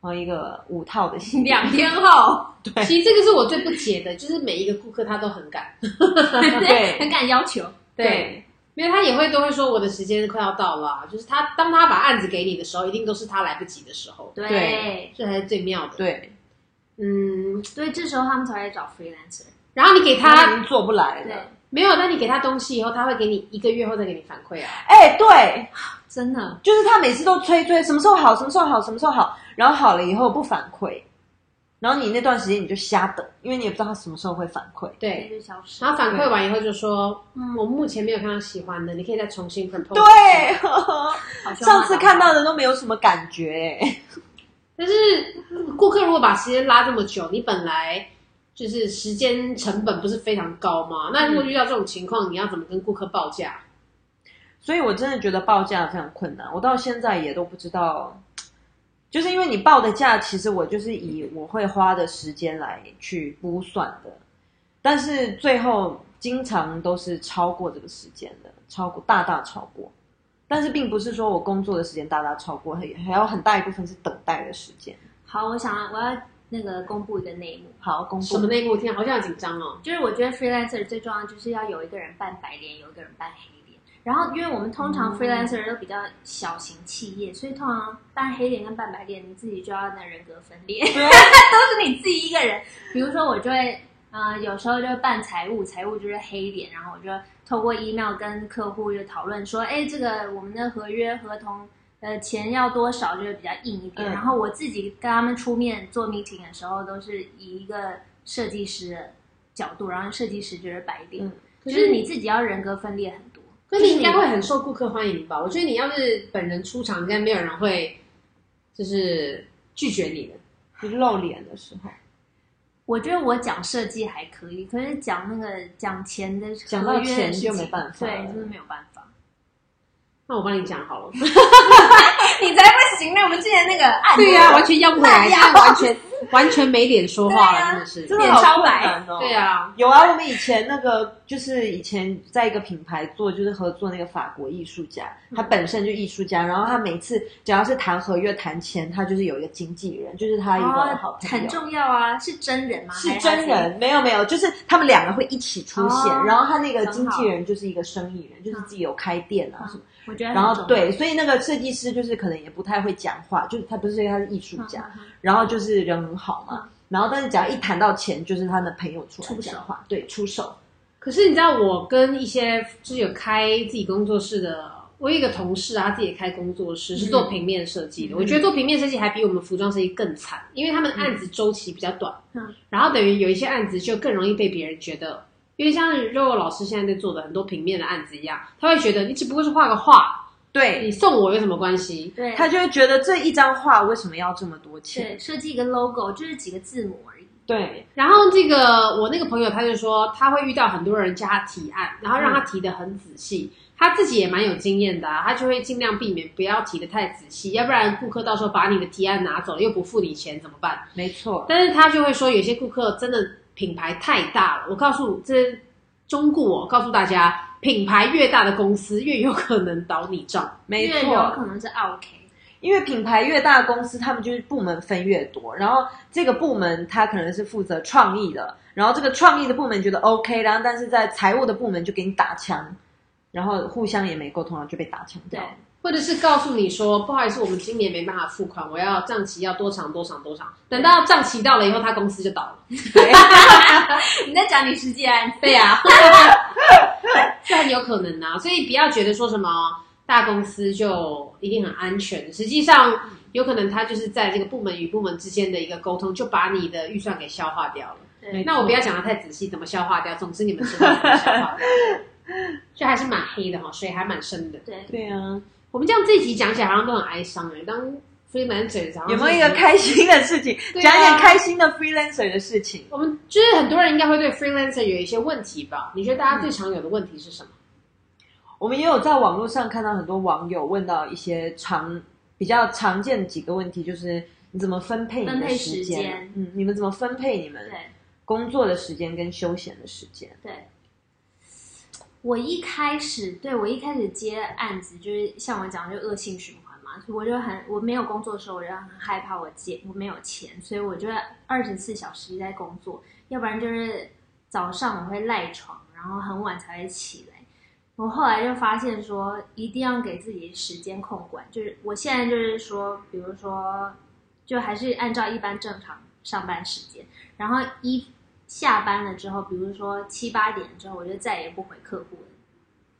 [SPEAKER 2] 后一个五套的系列，
[SPEAKER 4] 两天后，
[SPEAKER 2] 对
[SPEAKER 1] 其实这个是我最不解的，就是每一个顾客他都很赶，
[SPEAKER 2] 对
[SPEAKER 4] 很敢要求。
[SPEAKER 2] 对
[SPEAKER 1] 因为他也会都会说我的时间快要到了啊、就是他当他把案子给你的时候，一定都是他来不及的时候，
[SPEAKER 3] 对，
[SPEAKER 2] 对
[SPEAKER 1] 这才是最妙的。，
[SPEAKER 2] 对，
[SPEAKER 1] 嗯，
[SPEAKER 3] 所以这时候他们才会找 freelancer。
[SPEAKER 1] 然后你给
[SPEAKER 2] 他已
[SPEAKER 4] 嗯
[SPEAKER 1] 他
[SPEAKER 2] 经做不来
[SPEAKER 3] 对
[SPEAKER 2] 了，，
[SPEAKER 1] 没有，那你给他东西以后，他会给你一个月后再给你反馈啊。
[SPEAKER 2] 哎、对，
[SPEAKER 3] 真的，
[SPEAKER 2] 就是他每次都催催，什么时候好，什么时候好，什么时候好，然后好了以后不反馈，然后你那段时间你就瞎等，因为你也不知道他什么时候会反馈，
[SPEAKER 3] 这
[SPEAKER 1] 对，
[SPEAKER 3] 就消失。
[SPEAKER 1] 然后反馈完以后就说，嗯，我目前没有看到喜欢的，你可以再重新 propose。
[SPEAKER 3] 哎
[SPEAKER 2] 对。
[SPEAKER 3] 好 像
[SPEAKER 2] 上次看到的都没有什么感觉、欸，
[SPEAKER 1] 但是顾客如果把时间拉这么久，你本来就是时间成本不是非常高吗？那如果遇到这种情况，你要怎么跟顾客报价？
[SPEAKER 2] 所以我真的觉得报价非常困难。我到现在也都不知道，就是因为你报的价，其实我就是以我会花的时间来去估算的，但是最后经常都是超过这个时间的，超过大大超过。但是并不是说我工作的时间大大超过，还还有很大一部分是等待的时间。
[SPEAKER 3] 好，我想我要那个公布一个内幕，
[SPEAKER 2] 好，工作
[SPEAKER 1] 什么内幕？天啊，好像好紧张哦。
[SPEAKER 3] 就是我觉得 freelancer 最重要就是要有一个人扮白脸，有一个人扮黑脸。然后，因为我们通常 freelancer 都比较小型企业，所以通常扮黑脸跟扮白脸，你自己就要那人格分裂，都
[SPEAKER 2] 啊
[SPEAKER 3] 是你自己一个人。比如说，我就会，呃，有时候就扮财务，财务就是黑脸，然后我就透过 email 跟客户就讨论说，哎，这个我们的合约合同，呃，钱要多少，就是比较硬一点。
[SPEAKER 2] 嗯
[SPEAKER 3] 然后我自己跟他们出面做 meeting 的时候，都是以一个设计师的角度，然后设计师就是白脸，
[SPEAKER 2] 嗯
[SPEAKER 1] 可
[SPEAKER 3] 就是是你自己要人格分裂很多。
[SPEAKER 1] 可是你应该会很受顾客欢迎吧？我觉得你要是本人出场，应该没有人会就是拒绝你的。
[SPEAKER 2] 就是露脸的时候，
[SPEAKER 3] 我觉得我讲设计还可以，可是讲那个讲钱的
[SPEAKER 2] 讲到
[SPEAKER 3] 合约的
[SPEAKER 2] 钱
[SPEAKER 3] 事
[SPEAKER 2] 就没
[SPEAKER 3] 情
[SPEAKER 2] 办法
[SPEAKER 3] 对，
[SPEAKER 2] 了
[SPEAKER 3] 真的没有办法。
[SPEAKER 1] 那我帮你讲好了。
[SPEAKER 3] 你才不行呢！我们之前那个 案
[SPEAKER 1] 对呀、完全要不回来，
[SPEAKER 3] 那
[SPEAKER 1] 现
[SPEAKER 3] 要
[SPEAKER 1] 在完全完全没脸说话了，真的是。
[SPEAKER 2] 真的
[SPEAKER 4] 脸
[SPEAKER 2] 好
[SPEAKER 4] 烧
[SPEAKER 2] 困
[SPEAKER 4] 白
[SPEAKER 2] 难哦。
[SPEAKER 1] 对啊，
[SPEAKER 2] 有啊，我们以前那个就是以前在一个品牌做，就是合作那个法国艺术家，
[SPEAKER 3] 嗯
[SPEAKER 2] 他本身就艺术家，然后他每次只要是谈合约、谈钱，他就是有一个经纪人，就是他一个好
[SPEAKER 3] 哦，
[SPEAKER 2] 朋友。
[SPEAKER 3] 很重要啊，是真人吗？
[SPEAKER 2] 是
[SPEAKER 3] 还
[SPEAKER 2] 真。人，没有没有，就是他们两个会一起出现，
[SPEAKER 3] 哦
[SPEAKER 2] 然后他那个
[SPEAKER 3] 很好
[SPEAKER 2] 经纪人就是一个生意人，就是自己有开店啊
[SPEAKER 3] 嗯
[SPEAKER 2] 什么，
[SPEAKER 3] 我觉得很
[SPEAKER 2] 然后
[SPEAKER 3] 重要
[SPEAKER 2] 对，所以那个设计师就是可能也不太会讲话，就是他不是因为他是艺术家，
[SPEAKER 3] 嗯嗯嗯
[SPEAKER 2] 然后就是人很好嘛，然后但是只要一谈到钱，就是他的朋友出来
[SPEAKER 3] 出手
[SPEAKER 2] 讲话，对，出手，
[SPEAKER 1] 可是你知道，我跟一些就是有开自己工作室的，我有一个同事啊，他自己也开工作室，是做平面设计的。我觉得做平面设计还比我们服装设计更惨，因为他们案子周期比较短，
[SPEAKER 3] 嗯
[SPEAKER 1] 然后等于有一些案子就更容易被别人觉得，因为像肉肉老师现在在做的很多平面的案子一样，他会觉得你只不过是画个画，
[SPEAKER 2] 对
[SPEAKER 1] 你送我有什么关系？
[SPEAKER 3] 嗯对，
[SPEAKER 2] 他就会觉得这一张画为什么要这么多钱？
[SPEAKER 3] 对设计一个 logo 就是几个字母而已。
[SPEAKER 2] 对
[SPEAKER 1] 然后这个我那个朋友他就说，他会遇到很多人叫他提案，然后让他提的很仔细，他自己也蛮有经验的、啊，他就会尽量避免不要提的太仔细，要不然顾客到时候把你的提案拿走了又不付你钱怎么办？
[SPEAKER 2] 没错，
[SPEAKER 1] 但是他就会说，有些顾客真的品牌太大了，我告诉这中顾我告诉大家，品牌越大的公司越有可能倒你账，
[SPEAKER 2] 没
[SPEAKER 3] 因为有可
[SPEAKER 2] 错。
[SPEAKER 3] 能是 OK，
[SPEAKER 2] 因为品牌越大，公司他们就是部门分越多，然后这个部门他可能是负责创意的，然后这个创意的部门觉得 OK，然后但是在财务的部门就给你打枪，然后互相也没沟通，然后就被打枪掉
[SPEAKER 3] 对
[SPEAKER 2] 了。
[SPEAKER 1] 或者是告诉你说，不好意思，我们今年没办法付款，我要账期要多长多长多长。等到账期到了以后，他公司就倒了。
[SPEAKER 4] 你在讲你实际案
[SPEAKER 1] 对呀、这很有可能啊。所以不要觉得说什么大公司就一定很安全，实际上有可能他就是在这个部门与部门之间的一个沟通，就把你的预算给消化掉了。
[SPEAKER 2] 没
[SPEAKER 3] 对，
[SPEAKER 1] 那我不要讲的太仔细，怎么消化掉？总之你们知道怎么消化掉，就还是蛮黑的哈、水还蛮深的。
[SPEAKER 4] 对，
[SPEAKER 2] 对啊，
[SPEAKER 1] 我们这样这一集讲起来好像都很哀伤哎、当 freelancer 好像
[SPEAKER 2] 有没
[SPEAKER 1] 是
[SPEAKER 2] 有一个开心的事情？
[SPEAKER 1] 对啊
[SPEAKER 2] 讲点开心的 freelancer 的事情。
[SPEAKER 1] 我们就是很多人应该会对 freelancer 有一些问题吧？你觉得大家最常有的问题是什么？
[SPEAKER 2] 我们也有在网络上看到很多网友问到一些常比较常见的几个问题，就是你怎么分配你
[SPEAKER 3] 分
[SPEAKER 2] 的
[SPEAKER 3] 配
[SPEAKER 2] 时
[SPEAKER 3] 时
[SPEAKER 2] 间？
[SPEAKER 3] 间
[SPEAKER 2] 嗯，你们怎么分配你们
[SPEAKER 3] 对
[SPEAKER 2] 工作的时间跟休闲的时间？
[SPEAKER 3] 对。我一开始对我一开始接案子，就是像我讲，就恶性循环嘛。我就很我没有工作的时候，我就很害怕我接我没有钱，所以我就二十四小时在工作，要不然就是早上我会赖床，然后很晚才会起来。我后来就发现说，一定要给自己时间控管，就是我现在就是说，比如说，就还是按照一般正常上班时间，然后一下班了之后，比如说七八点之后，我就再也不回客户了，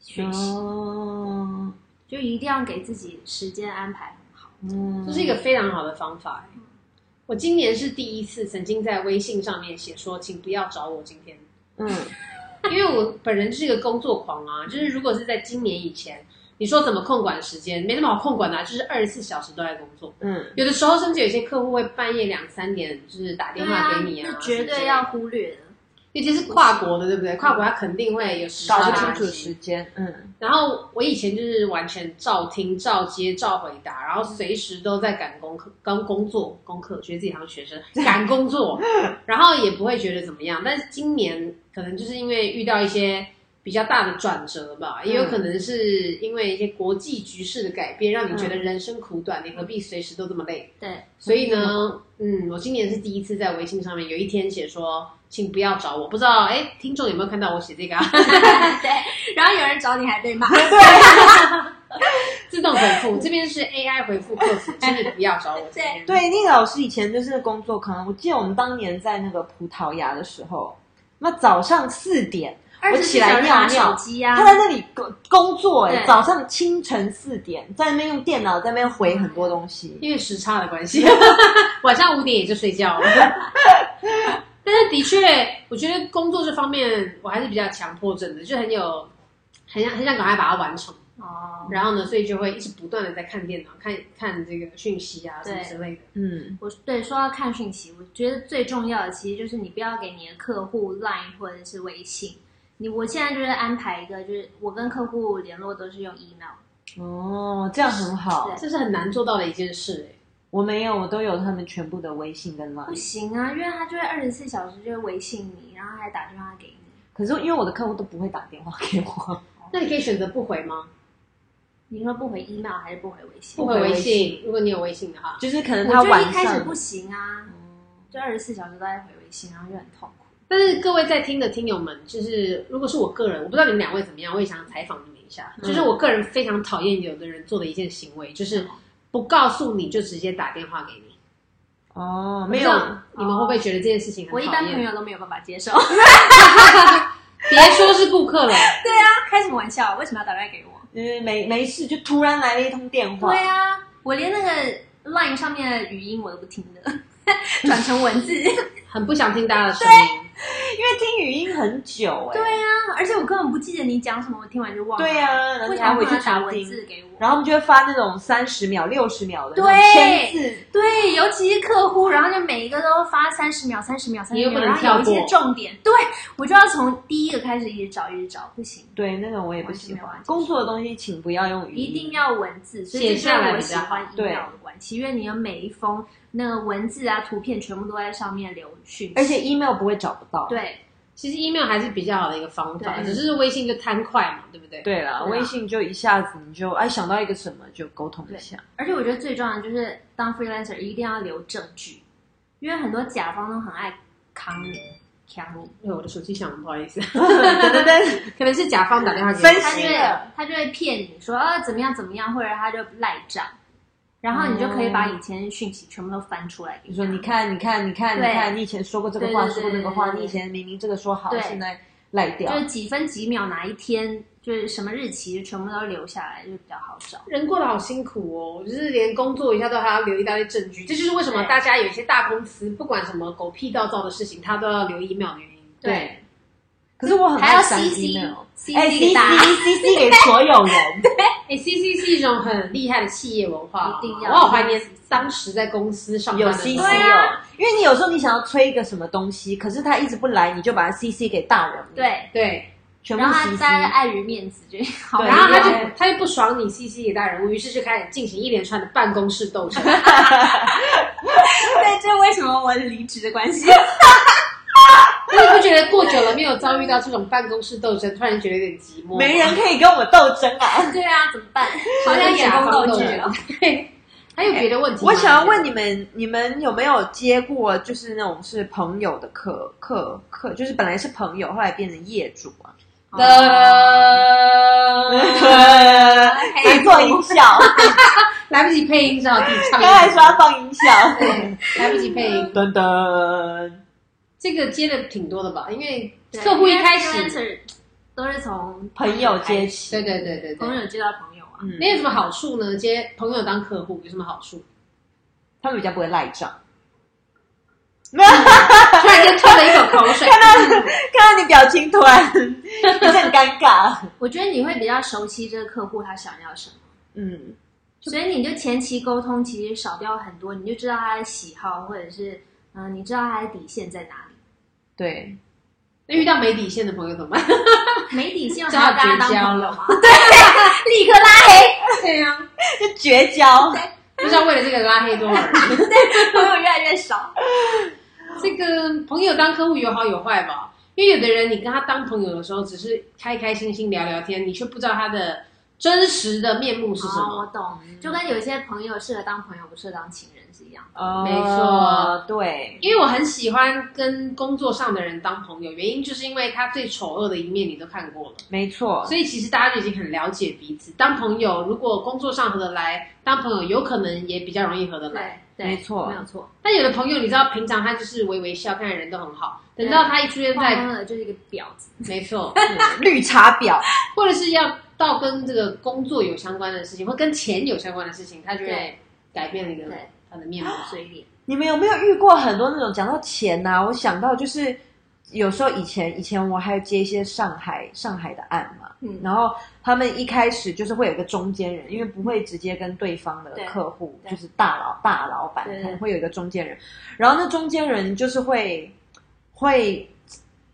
[SPEAKER 3] 讯息，
[SPEAKER 2] 哦，
[SPEAKER 3] 就一定要给自己时间安排很好。
[SPEAKER 2] 嗯，
[SPEAKER 1] 这是一个非常好的方法、欸。我今年是第一次曾经在微信上面写说，请不要找我今天，
[SPEAKER 2] 嗯，
[SPEAKER 1] 因为我本人就是一个工作狂啊，就是如果是在今年以前，你说怎么控管时间，没那么好控管的、啊，就是二十四小时都在工作。
[SPEAKER 2] 嗯，
[SPEAKER 1] 有的时候甚至有些客户会半夜两三点就是打
[SPEAKER 3] 对
[SPEAKER 1] 电话
[SPEAKER 3] 啊
[SPEAKER 1] 给你，啊，
[SPEAKER 3] 那绝对要，忽略的。
[SPEAKER 1] 尤其是跨国的，对不对？跨国他肯定会有时差
[SPEAKER 2] 搞不
[SPEAKER 1] 的
[SPEAKER 2] 清
[SPEAKER 1] 关
[SPEAKER 2] 楚
[SPEAKER 1] 系
[SPEAKER 2] 时间，嗯，
[SPEAKER 1] 然后我以前就是完全照听、照接、照回答，然后随时都在赶功课、刚工作、功课，觉得自己好像学生赶工作，然后也不会觉得怎么样。但是今年可能就是因为遇到一些比较大的转折吧，也有可能是因为一些国际局势的改变，让你觉得人生苦短，你何必随时都这么累？
[SPEAKER 3] 对，
[SPEAKER 1] 所以呢，嗯，我今年是第一次在微信上面有一天写说，请不要找我，不知道哎，听众有没有看到我写这个、啊？
[SPEAKER 4] 对，然后有人找你还被骂，
[SPEAKER 1] 自动回复，这边是 AI 回复客服，请你不要找我。
[SPEAKER 4] 对
[SPEAKER 1] 这边，
[SPEAKER 2] 对，那个老师以前就是工作狂，我记得我们当年在那个葡萄牙的时候，那早上四点。
[SPEAKER 3] 二
[SPEAKER 2] 我
[SPEAKER 3] 十四
[SPEAKER 2] 起
[SPEAKER 3] 小
[SPEAKER 2] 来
[SPEAKER 3] 时
[SPEAKER 2] 尿
[SPEAKER 3] 拿
[SPEAKER 2] 尿
[SPEAKER 3] 手，机啊
[SPEAKER 2] 他，在那里工工作、欸，
[SPEAKER 3] 对
[SPEAKER 2] 早上清晨四点，在那边用电脑，在那边回很多东西。
[SPEAKER 1] 因为时差的关系， 晚上五点也就睡觉了。 但是的确，我觉得工作这方面我还是比较强迫症的，就很有很想很想赶快把它完成。
[SPEAKER 3] 哦，
[SPEAKER 1] 然后呢，所以就会一直不断的在看电脑，看看这个讯息啊什么
[SPEAKER 3] 对
[SPEAKER 1] 之类的。
[SPEAKER 2] 嗯，
[SPEAKER 3] 我对说到看讯息，我觉得最重要的其实就是你不要给你的客户 Line 或者是微信。你我现在就是安排一个，就是我跟客户联络都是用 email，
[SPEAKER 2] 哦，这样很好
[SPEAKER 3] 对。
[SPEAKER 1] 这是很难做到的一件事、哎。
[SPEAKER 2] 我没有，我都有他们全部的微信跟
[SPEAKER 3] 不
[SPEAKER 2] Line。
[SPEAKER 3] 行啊，因为他就会二十四小时就会微信你，然后还打电话给你。
[SPEAKER 2] 可是因为我的客户都不会打电话给我，
[SPEAKER 1] 那你可以选择不回吗？
[SPEAKER 3] 你说不回 email 还是不回微信？
[SPEAKER 1] 不
[SPEAKER 2] 不
[SPEAKER 1] 回
[SPEAKER 2] 回
[SPEAKER 1] 微
[SPEAKER 2] 微
[SPEAKER 1] 信，如果你有微信的话。
[SPEAKER 2] 就是可能他
[SPEAKER 3] 我就
[SPEAKER 2] 晚
[SPEAKER 3] 一开始
[SPEAKER 2] 上
[SPEAKER 3] 不。行啊，就二十四小时都在回微信，然后就很痛苦。
[SPEAKER 1] 但是各位在听的听友们，就是如果是我个人，我不知道你们两位怎么样，我也想采访你们一下。
[SPEAKER 3] 嗯
[SPEAKER 1] 就是我个人非常讨厌有的人做的一件行为，就是
[SPEAKER 3] 嗯
[SPEAKER 1] 不告诉你就直接打电话给你。
[SPEAKER 2] 哦，
[SPEAKER 1] 不
[SPEAKER 2] 没
[SPEAKER 1] 知
[SPEAKER 2] 有
[SPEAKER 1] 道，你们会不会觉得这件事情
[SPEAKER 3] 我
[SPEAKER 1] 很
[SPEAKER 3] 一
[SPEAKER 1] 讨
[SPEAKER 3] 般朋
[SPEAKER 1] 厌？
[SPEAKER 3] 友都没有办法接 受。
[SPEAKER 1] 别说是顾客了，
[SPEAKER 4] 开什么玩笑？为什么要打电话给我？
[SPEAKER 2] 就是没没事，就突然来了一通电话。
[SPEAKER 3] 对啊，我连那个 Line 上面的语音我都不听的， 转成 文字。
[SPEAKER 1] 很不想听大家的声音。
[SPEAKER 2] 因为听语音很久哎、
[SPEAKER 3] 对啊，而且我根本不记得你讲什么，我听完就忘了。
[SPEAKER 2] 对啊，然后
[SPEAKER 3] 为
[SPEAKER 2] 你
[SPEAKER 3] 什么
[SPEAKER 2] 还回
[SPEAKER 3] 不
[SPEAKER 2] 去
[SPEAKER 3] 能打
[SPEAKER 2] 重
[SPEAKER 3] 文
[SPEAKER 2] 听，
[SPEAKER 3] 字给我？
[SPEAKER 2] 然后他们就会发那种三十秒、六十秒的那
[SPEAKER 3] 对
[SPEAKER 2] 种千字
[SPEAKER 3] 对，尤其是客户，然后就每一个都发三十秒、三十秒、三
[SPEAKER 1] 你
[SPEAKER 3] 十
[SPEAKER 1] 又不
[SPEAKER 3] 秒，
[SPEAKER 1] 能
[SPEAKER 3] 然后有一
[SPEAKER 1] 跳
[SPEAKER 3] 些
[SPEAKER 1] 过
[SPEAKER 3] 重点，对我就要从第一个开始一直找，一直找，不行。
[SPEAKER 2] 对，那种我也不喜
[SPEAKER 3] 完全没
[SPEAKER 2] 欢
[SPEAKER 3] 完。
[SPEAKER 2] 工作的东西请不要用语音，
[SPEAKER 3] 一定要文字，所
[SPEAKER 1] 写
[SPEAKER 3] 以这
[SPEAKER 1] 下
[SPEAKER 3] 就
[SPEAKER 1] 来
[SPEAKER 3] 是我
[SPEAKER 1] 比较
[SPEAKER 3] 喜欢
[SPEAKER 2] 好
[SPEAKER 3] email 的关系，因为你的每一封那个文字啊、图片全部都在上面留讯息，
[SPEAKER 2] 而且 email 不会找不到。
[SPEAKER 3] 对
[SPEAKER 1] 其实 email 还是比较好的一个方法，
[SPEAKER 3] 对
[SPEAKER 1] 只是微信就贪快嘛，对不对？
[SPEAKER 2] 对啦，
[SPEAKER 3] 对啊
[SPEAKER 2] 微信就一下子你就哎想到一个什么就沟通一下。
[SPEAKER 3] 而且我觉得最重要的就是当 freelancer 一定要留证据，因为很多甲方都很爱扛你，卡路，
[SPEAKER 1] 哎，我的手机响了，不好意 思，
[SPEAKER 2] 噔噔噔，
[SPEAKER 1] 可能是甲方打电话给
[SPEAKER 2] 分
[SPEAKER 1] 你
[SPEAKER 2] 析
[SPEAKER 3] 他就
[SPEAKER 2] 新
[SPEAKER 3] 会
[SPEAKER 2] 的
[SPEAKER 3] 他就会骗你说啊怎么样怎么样，或者他就赖账，然后你就可以把以前的讯息全部都翻出来 给
[SPEAKER 2] 你
[SPEAKER 3] 他
[SPEAKER 2] 说你看，你看，你看，你
[SPEAKER 3] 对
[SPEAKER 2] 看，你以前说过这个话，
[SPEAKER 3] 对对对
[SPEAKER 2] 说过那个话，
[SPEAKER 3] 对对
[SPEAKER 2] 你以前明明这个说好，
[SPEAKER 3] 对
[SPEAKER 2] 现在赖掉
[SPEAKER 3] 就。是几分几秒哪一天，就是什么日期，就全部都留下来，就比较好找。
[SPEAKER 1] 人过得好辛苦哦，我就是连工作一下都还要留一大堆证据，这就是为什么
[SPEAKER 3] 对
[SPEAKER 1] 大家有一些大公司，不管什么狗屁倒灶的事情，他都要留 email 的原因。
[SPEAKER 2] 对，可是我很
[SPEAKER 3] 还要
[SPEAKER 2] 爱删
[SPEAKER 3] CC
[SPEAKER 2] email，
[SPEAKER 3] CC
[SPEAKER 2] 哎，C
[SPEAKER 3] 给
[SPEAKER 2] C
[SPEAKER 3] 大家
[SPEAKER 2] C C 给所有 人，
[SPEAKER 1] 哎，CC 是一种很厉害的企业文化，
[SPEAKER 3] 一定要
[SPEAKER 1] 我好怀念当时在公司上班
[SPEAKER 3] 啊
[SPEAKER 2] 有
[SPEAKER 1] 的时
[SPEAKER 2] C C
[SPEAKER 1] 候。啊
[SPEAKER 2] 哦，因为你有时候你想要催一个什么东西，可是他一直不来，你就把它 C C 给大人，，
[SPEAKER 3] 对，
[SPEAKER 1] 对，啊
[SPEAKER 2] 全部
[SPEAKER 3] 然后
[SPEAKER 2] C
[SPEAKER 3] 他
[SPEAKER 2] C，
[SPEAKER 3] 大家碍于面子就好，
[SPEAKER 2] 对
[SPEAKER 1] 然后他
[SPEAKER 2] 对
[SPEAKER 1] 就他就不爽你 CC 给大人物，于是就开始进行一连串的办公室斗争。
[SPEAKER 4] 对，这为什么我离职的 关系？
[SPEAKER 1] 那你不觉得过久了没有遭遇到这种办公室斗争，突然觉得有点寂寞？
[SPEAKER 2] 没人可以跟我斗争啊。
[SPEAKER 3] 对啊，怎么 办？
[SPEAKER 1] 好像
[SPEAKER 4] 员工斗
[SPEAKER 1] 争
[SPEAKER 4] 志哦。
[SPEAKER 1] 对，还有别的问题吗？
[SPEAKER 2] 我想要问你们，你们有没有接过就是那种是朋友的客客客，就是本来是朋友，后来变成业主啊？ 自己做音效，
[SPEAKER 1] 来不及配音，只好自己唱。
[SPEAKER 2] 刚才说要放音效，
[SPEAKER 1] 对，来不及配音，
[SPEAKER 2] 噔噔。
[SPEAKER 1] 这个接的挺多的吧？因为
[SPEAKER 3] 对
[SPEAKER 1] 客户一开
[SPEAKER 3] 因
[SPEAKER 1] 始，
[SPEAKER 3] 为 freelancer 都是从
[SPEAKER 2] 朋友接
[SPEAKER 3] 接起，
[SPEAKER 2] 起，
[SPEAKER 1] 对对对对
[SPEAKER 3] 朋
[SPEAKER 1] 对，
[SPEAKER 3] 友接到朋友啊，
[SPEAKER 2] 嗯，
[SPEAKER 1] 那有什么好处呢？接朋友当客户有什么好处？
[SPEAKER 2] 他们比较不会赖账。
[SPEAKER 1] 突然间吐了一口口水，
[SPEAKER 2] 看到你表情突然一阵尴尬，
[SPEAKER 3] 我觉得你会比较熟悉这个客户他想要什么。
[SPEAKER 2] 嗯，
[SPEAKER 3] 所以你就前期沟通其实少掉很多，你就知道他的喜好，或者是嗯、呃你知道他的底线在哪里。
[SPEAKER 2] 对，
[SPEAKER 1] 那遇到没底线的朋友怎么办？
[SPEAKER 3] 没底线，我
[SPEAKER 1] 只
[SPEAKER 3] 还
[SPEAKER 1] 好
[SPEAKER 3] 要跟他
[SPEAKER 1] 绝交
[SPEAKER 3] 当朋
[SPEAKER 1] 了
[SPEAKER 3] 友吗？ 对，立刻拉黑，
[SPEAKER 1] 对呀，
[SPEAKER 2] 就绝交。
[SPEAKER 1] 不知道为了这个拉黑多少人。
[SPEAKER 3] 朋友越来越 少。
[SPEAKER 1] 这个朋友当客户有好有坏吧，因为有的人你跟他当朋友的时候，只是开开心心聊聊天，你却不知道他的真实的面目是什
[SPEAKER 3] 哦，我
[SPEAKER 1] 么。
[SPEAKER 3] 懂，就跟有一些朋友适合当朋友，不适合当情人是一样的。
[SPEAKER 2] 哦
[SPEAKER 1] 没错，
[SPEAKER 2] 对，
[SPEAKER 1] 因为我很喜欢跟工作上的人当朋友，原因就是因为他最丑恶的一面你都看过了，
[SPEAKER 2] 没错，
[SPEAKER 1] 所以其实大家就已经很了解彼此。当朋友，如果工作上合得来，当朋友有可能也比较容易合得来。
[SPEAKER 3] 对，对
[SPEAKER 2] 没错
[SPEAKER 3] 没有错。
[SPEAKER 1] 但有的朋友，你知道，平常他就是微微笑，看起来人都很好，等到他一出现
[SPEAKER 3] 放
[SPEAKER 2] 嗯
[SPEAKER 1] 在，
[SPEAKER 3] 了就是一个婊子，
[SPEAKER 1] 没错，
[SPEAKER 2] 绿茶婊，
[SPEAKER 1] 或者是要到跟这个工作有相关的事情，或跟钱有相关的事情，他就会
[SPEAKER 3] 对
[SPEAKER 1] 改变了一个
[SPEAKER 3] 对，
[SPEAKER 1] 他的面貌。
[SPEAKER 3] 嘴脸。
[SPEAKER 2] 你们有没有遇过很多那种讲到钱呐、我想到就是有时候以前以前我还有接一些上海上海的案嘛，
[SPEAKER 3] 嗯
[SPEAKER 2] 然后他们一开始就是会有一个中间人，因为不会直接跟对方的
[SPEAKER 3] 对
[SPEAKER 2] 客户，
[SPEAKER 3] 对
[SPEAKER 2] 就是大老大老板，
[SPEAKER 3] 对
[SPEAKER 2] 可能会有一个中间人，然后那中间人就是会会，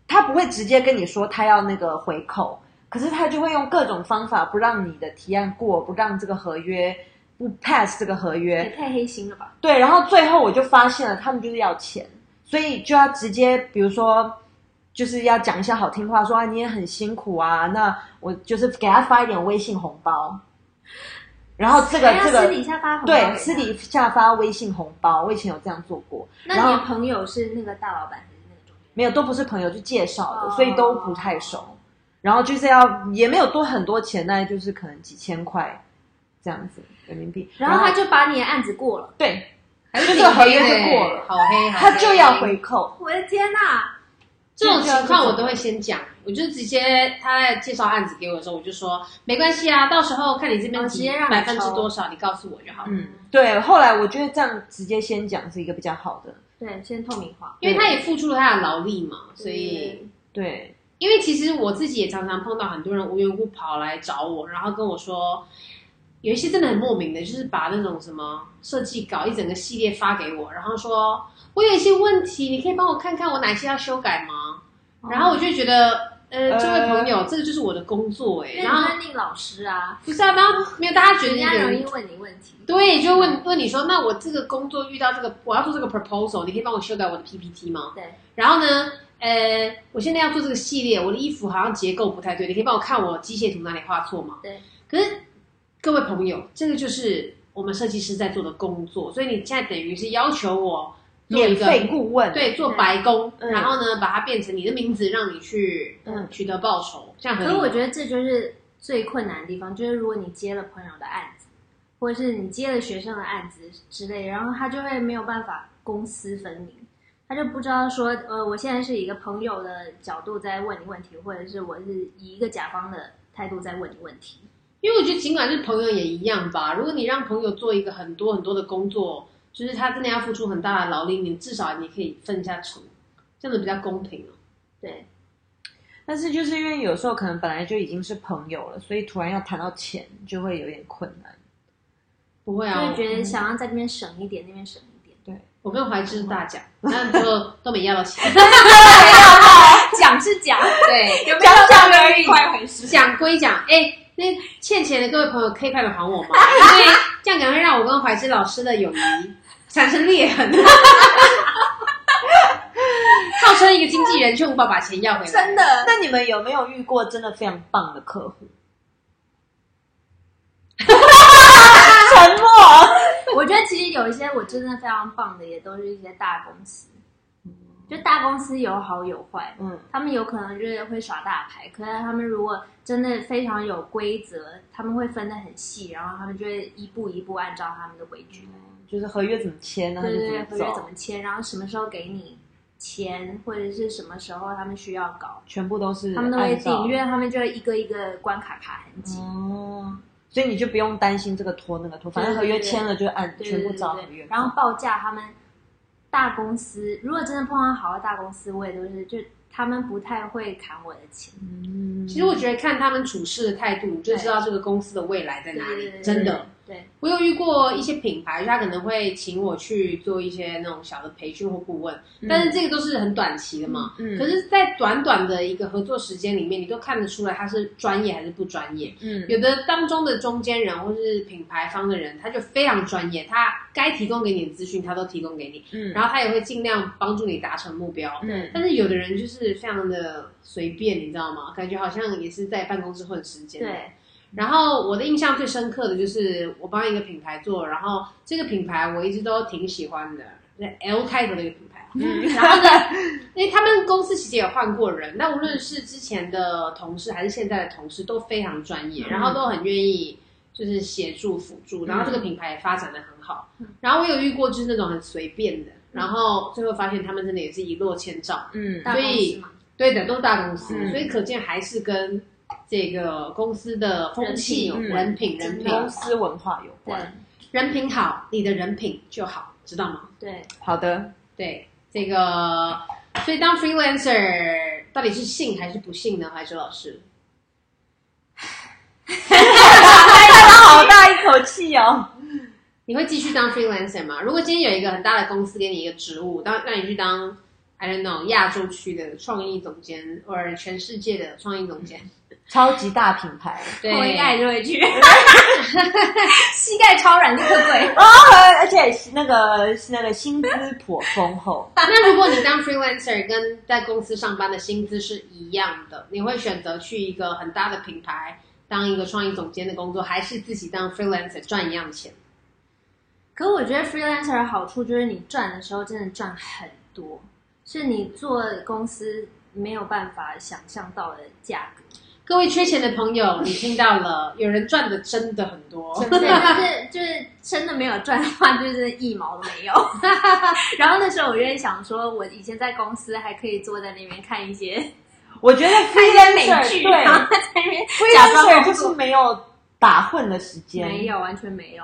[SPEAKER 2] 他不会直接跟你说他要那个回扣，可是他就会用各种方法不让你的提案过，不让这个合约。不 pass 这个合约，
[SPEAKER 3] 也太黑心了吧？
[SPEAKER 2] 对，然后最后我就发现了，他们就是要钱，所以就要直接，比如说，就是要讲一些好听话，说啊你也很辛苦啊，那我就是给他发一点微信红包，然后这个
[SPEAKER 3] 还要
[SPEAKER 2] 这
[SPEAKER 3] 哎私底
[SPEAKER 2] 个对私。底
[SPEAKER 3] 下发红包给他
[SPEAKER 2] 下发微信红包，我以前有这样做过，
[SPEAKER 3] 那
[SPEAKER 2] 然
[SPEAKER 3] 你的
[SPEAKER 2] 后
[SPEAKER 3] 朋友是那个大老板还是那个中介？
[SPEAKER 2] 没有都不是朋友，就介绍的，
[SPEAKER 3] 哦
[SPEAKER 2] 所以都不太熟，然后就是要也没有多很多钱，那就是可能几千块这样子人民币，
[SPEAKER 3] 然后他就把你的案子过了。
[SPEAKER 2] 对
[SPEAKER 1] 还是
[SPEAKER 2] 这个合约
[SPEAKER 1] 挺黑的
[SPEAKER 2] 就过了
[SPEAKER 1] 好黑，好
[SPEAKER 2] 他
[SPEAKER 1] 黑
[SPEAKER 2] 就要回扣。
[SPEAKER 3] 我的天哪！
[SPEAKER 1] 这种情况我都会先讲，我就直接他在介绍案子给我的时候，我就说没关系啊，到时候看你这边
[SPEAKER 3] 哦直接让你
[SPEAKER 1] 百分之
[SPEAKER 3] 抽
[SPEAKER 1] 多少，你告诉我就好了。
[SPEAKER 2] 嗯，对，后来我觉得这样直接先讲是一个比较好的。
[SPEAKER 3] 对，先透明化。
[SPEAKER 1] 因为他也付出了他的劳力嘛，所以
[SPEAKER 3] 嗯
[SPEAKER 2] 对，
[SPEAKER 1] 因为其实我自己也常常碰到很多人无缘无故跑来找我，然后跟我说，有一些真的很莫名的，就是把那种什么设计稿一整个系列发给我，然后说我有一些问题，你可以帮我看看我哪些要修改吗？
[SPEAKER 3] 嗯
[SPEAKER 1] 然
[SPEAKER 3] 哦
[SPEAKER 1] 后我就觉得。呃，
[SPEAKER 2] 呃
[SPEAKER 1] 这位朋友，这个就是我的工作哎、
[SPEAKER 3] 因为
[SPEAKER 1] 然后
[SPEAKER 3] 你是那个老师啊，
[SPEAKER 1] 不是啊，然后没有大家觉得
[SPEAKER 3] 人
[SPEAKER 1] 你
[SPEAKER 3] 家容易
[SPEAKER 1] 很
[SPEAKER 3] 问你问题。
[SPEAKER 1] 对，就问问你说，那我这个工作遇到这个，我要做这个 proposal，你可以帮我修改我的 PPT 吗？
[SPEAKER 3] 对，
[SPEAKER 1] 然后呢，呃，我现在要做这个系列，我的衣服好像结构不太对，你可以帮我看我机械图哪里画错吗？
[SPEAKER 3] 对。
[SPEAKER 1] 可是各位朋友，这个就是我们设计师在做的工作，所以你现在等于是要求我做一
[SPEAKER 2] 免
[SPEAKER 1] 个
[SPEAKER 2] 费顾问，
[SPEAKER 1] 对，做白工，
[SPEAKER 2] 嗯
[SPEAKER 1] 然后呢，把它变成你的名字，让你去
[SPEAKER 2] 嗯
[SPEAKER 1] 取得报酬，这样合
[SPEAKER 3] 可
[SPEAKER 1] 理
[SPEAKER 3] 是
[SPEAKER 1] 吗。
[SPEAKER 3] 我觉得这就是最困难的地方，就是如果你接了朋友的案子，或者是你接了学生的案子之类，然后他就会没有办法公私分明，他就不知道说，呃，我现在是以一个朋友的角度在问你问题，或者是我是以一个甲方的态度在问你问题。
[SPEAKER 1] 因为我觉得尽管是朋友也一样吧。如果你让朋友做一个很多很多的工作，就是他真的要付出很大的劳力，你至少你可以分一下成，这样子比较公平哦。
[SPEAKER 3] 对，
[SPEAKER 2] 但是就是因为有时候可能本来就已经是朋友了，所以突然要谈到钱就会有点困难。
[SPEAKER 1] 不会
[SPEAKER 3] 就
[SPEAKER 1] 啊
[SPEAKER 3] 是，觉得想要在这边省一点，那边省一点。
[SPEAKER 1] 我跟怀之大讲，但最后都没要到钱。
[SPEAKER 4] 讲是讲，
[SPEAKER 1] 对，
[SPEAKER 4] 有没有讲而已，快回事。
[SPEAKER 1] 讲归讲，哎、那欠钱的各位朋友可以快点还我吗？因为这样可能会让我跟怀之老师的友谊产生裂痕。号称一个经纪人，却无法把钱要回来。
[SPEAKER 4] 真的，
[SPEAKER 2] 那你们有没有遇过真的非常棒的客户？沉默。
[SPEAKER 3] 我觉得其实有一些我真的非常棒的，也都是一些大公司，就大公司有好有坏，
[SPEAKER 2] 嗯，
[SPEAKER 3] 他们有可能就是会耍大牌，可是他们如果真的非常有规则，他们会分得很细，然后他们就会一步一步按照他们的规矩来。
[SPEAKER 2] 就是合约怎么签呢？
[SPEAKER 3] 对对对，
[SPEAKER 2] 他就怎
[SPEAKER 3] 合
[SPEAKER 2] 么
[SPEAKER 3] 约
[SPEAKER 2] 走
[SPEAKER 3] 怎么签，然后什么时候给你钱，或者是什么时候他们需要搞，
[SPEAKER 2] 全部都是
[SPEAKER 3] 他们都会
[SPEAKER 2] 按照
[SPEAKER 3] 订，因为他们就会一个一个关卡卡很紧。
[SPEAKER 1] 嗯
[SPEAKER 2] 哦，所以你就不用担心这个拖那个拖，反正合约签了就按
[SPEAKER 3] 对对
[SPEAKER 2] 全部
[SPEAKER 3] 对
[SPEAKER 2] 照合
[SPEAKER 3] 对
[SPEAKER 2] 约
[SPEAKER 3] 对，
[SPEAKER 2] 走。
[SPEAKER 3] 然后报价他们大公司，如果真的碰到好的大公司，我也都是就他们不太会砍我的钱。
[SPEAKER 2] 嗯，
[SPEAKER 1] 其实我觉得看他们处事的态度，你就知道这个公司的未来在哪
[SPEAKER 3] 对对
[SPEAKER 1] 里
[SPEAKER 3] 对。
[SPEAKER 1] 真的，
[SPEAKER 3] 对，
[SPEAKER 1] 我有遇过一些品牌，他可能会请我去做一些那种小的培训或顾问，但是这个都是很短期的嘛。
[SPEAKER 2] 嗯
[SPEAKER 1] 可是，在短短的一个合作时间里面，你都看得出来他是专业还是不专业。
[SPEAKER 2] 嗯
[SPEAKER 1] 有的当中的中间人或是品牌方的人，他就非常专业，他该提供给你的资讯他都提供给你，
[SPEAKER 2] 嗯
[SPEAKER 1] 然后他也会尽量帮助你达成目标。
[SPEAKER 2] 嗯
[SPEAKER 1] 但是有的人就是非常的随便，你知道吗？感觉好像也是在办公室混时间。。
[SPEAKER 3] 对，
[SPEAKER 1] 然后我的印象最深刻的就是我帮一个品牌做，然后这个品牌我一直都挺喜欢的，那 L 开头的一个品牌。
[SPEAKER 3] 嗯
[SPEAKER 1] 然后呢，因为他们公司其实也换过人，那无论是之前的同事还是现在的同事都非常专业，然后都很愿意就是协助辅助，然后这个品牌也发展的很好。然后我有遇过就是那种很随便的，然后最后发现他们真的也是一落千丈。
[SPEAKER 2] 嗯
[SPEAKER 3] 大
[SPEAKER 1] 所
[SPEAKER 3] 公司
[SPEAKER 1] 以
[SPEAKER 3] 嘛，
[SPEAKER 1] 对的，都是大公司，
[SPEAKER 2] 嗯
[SPEAKER 1] 所以可见还是跟这个公司的风气、
[SPEAKER 2] 人品有关
[SPEAKER 1] 人品、嗯人品、
[SPEAKER 2] 公司文化有
[SPEAKER 3] 对
[SPEAKER 2] 关。
[SPEAKER 1] 人品好，你的人品就好，知道吗？
[SPEAKER 3] 对，
[SPEAKER 2] 好 的，
[SPEAKER 1] 对，这个，所以当 freelancer 到底是信还是不信呢？怀哲老师，
[SPEAKER 2] 好大一口气哦。
[SPEAKER 1] 你会继续当 freelancer 吗？如果今天有一个很大的公司给你一个职务，当让你去当 I don't know 亚洲区的创意总监，或者全世界的创意总监，
[SPEAKER 2] 超级大品 牌，
[SPEAKER 1] 对，
[SPEAKER 3] 我应该就 会去，膝盖超软，立刻跪。
[SPEAKER 2] 而而且那个那个薪资颇丰厚，
[SPEAKER 1] 那如果你当 freelancer 跟在公司上班的薪资是一样的，你会选择去一个很大的品牌当一个创意总监的工作，还是自己当 freelancer 赚一样钱？
[SPEAKER 3] 可我觉得 freelancer 的好处就是你赚的时候真的赚很多，是你做公司没有办法想象到的价格。
[SPEAKER 1] 各位缺钱的朋友，你听到 了，有人赚的真的很多，
[SPEAKER 3] 对，就是就是真的没有赚的话，就是一毛都没有。 然后那时候我就会想说，我以前在公司还可以坐在那边看一些
[SPEAKER 2] 我觉得
[SPEAKER 3] 看一些美
[SPEAKER 2] freelancer
[SPEAKER 3] 剧，
[SPEAKER 2] 对
[SPEAKER 3] 然后在那边 假装
[SPEAKER 2] freelancer 就是没有打混的时间，
[SPEAKER 3] 没有，完全没有。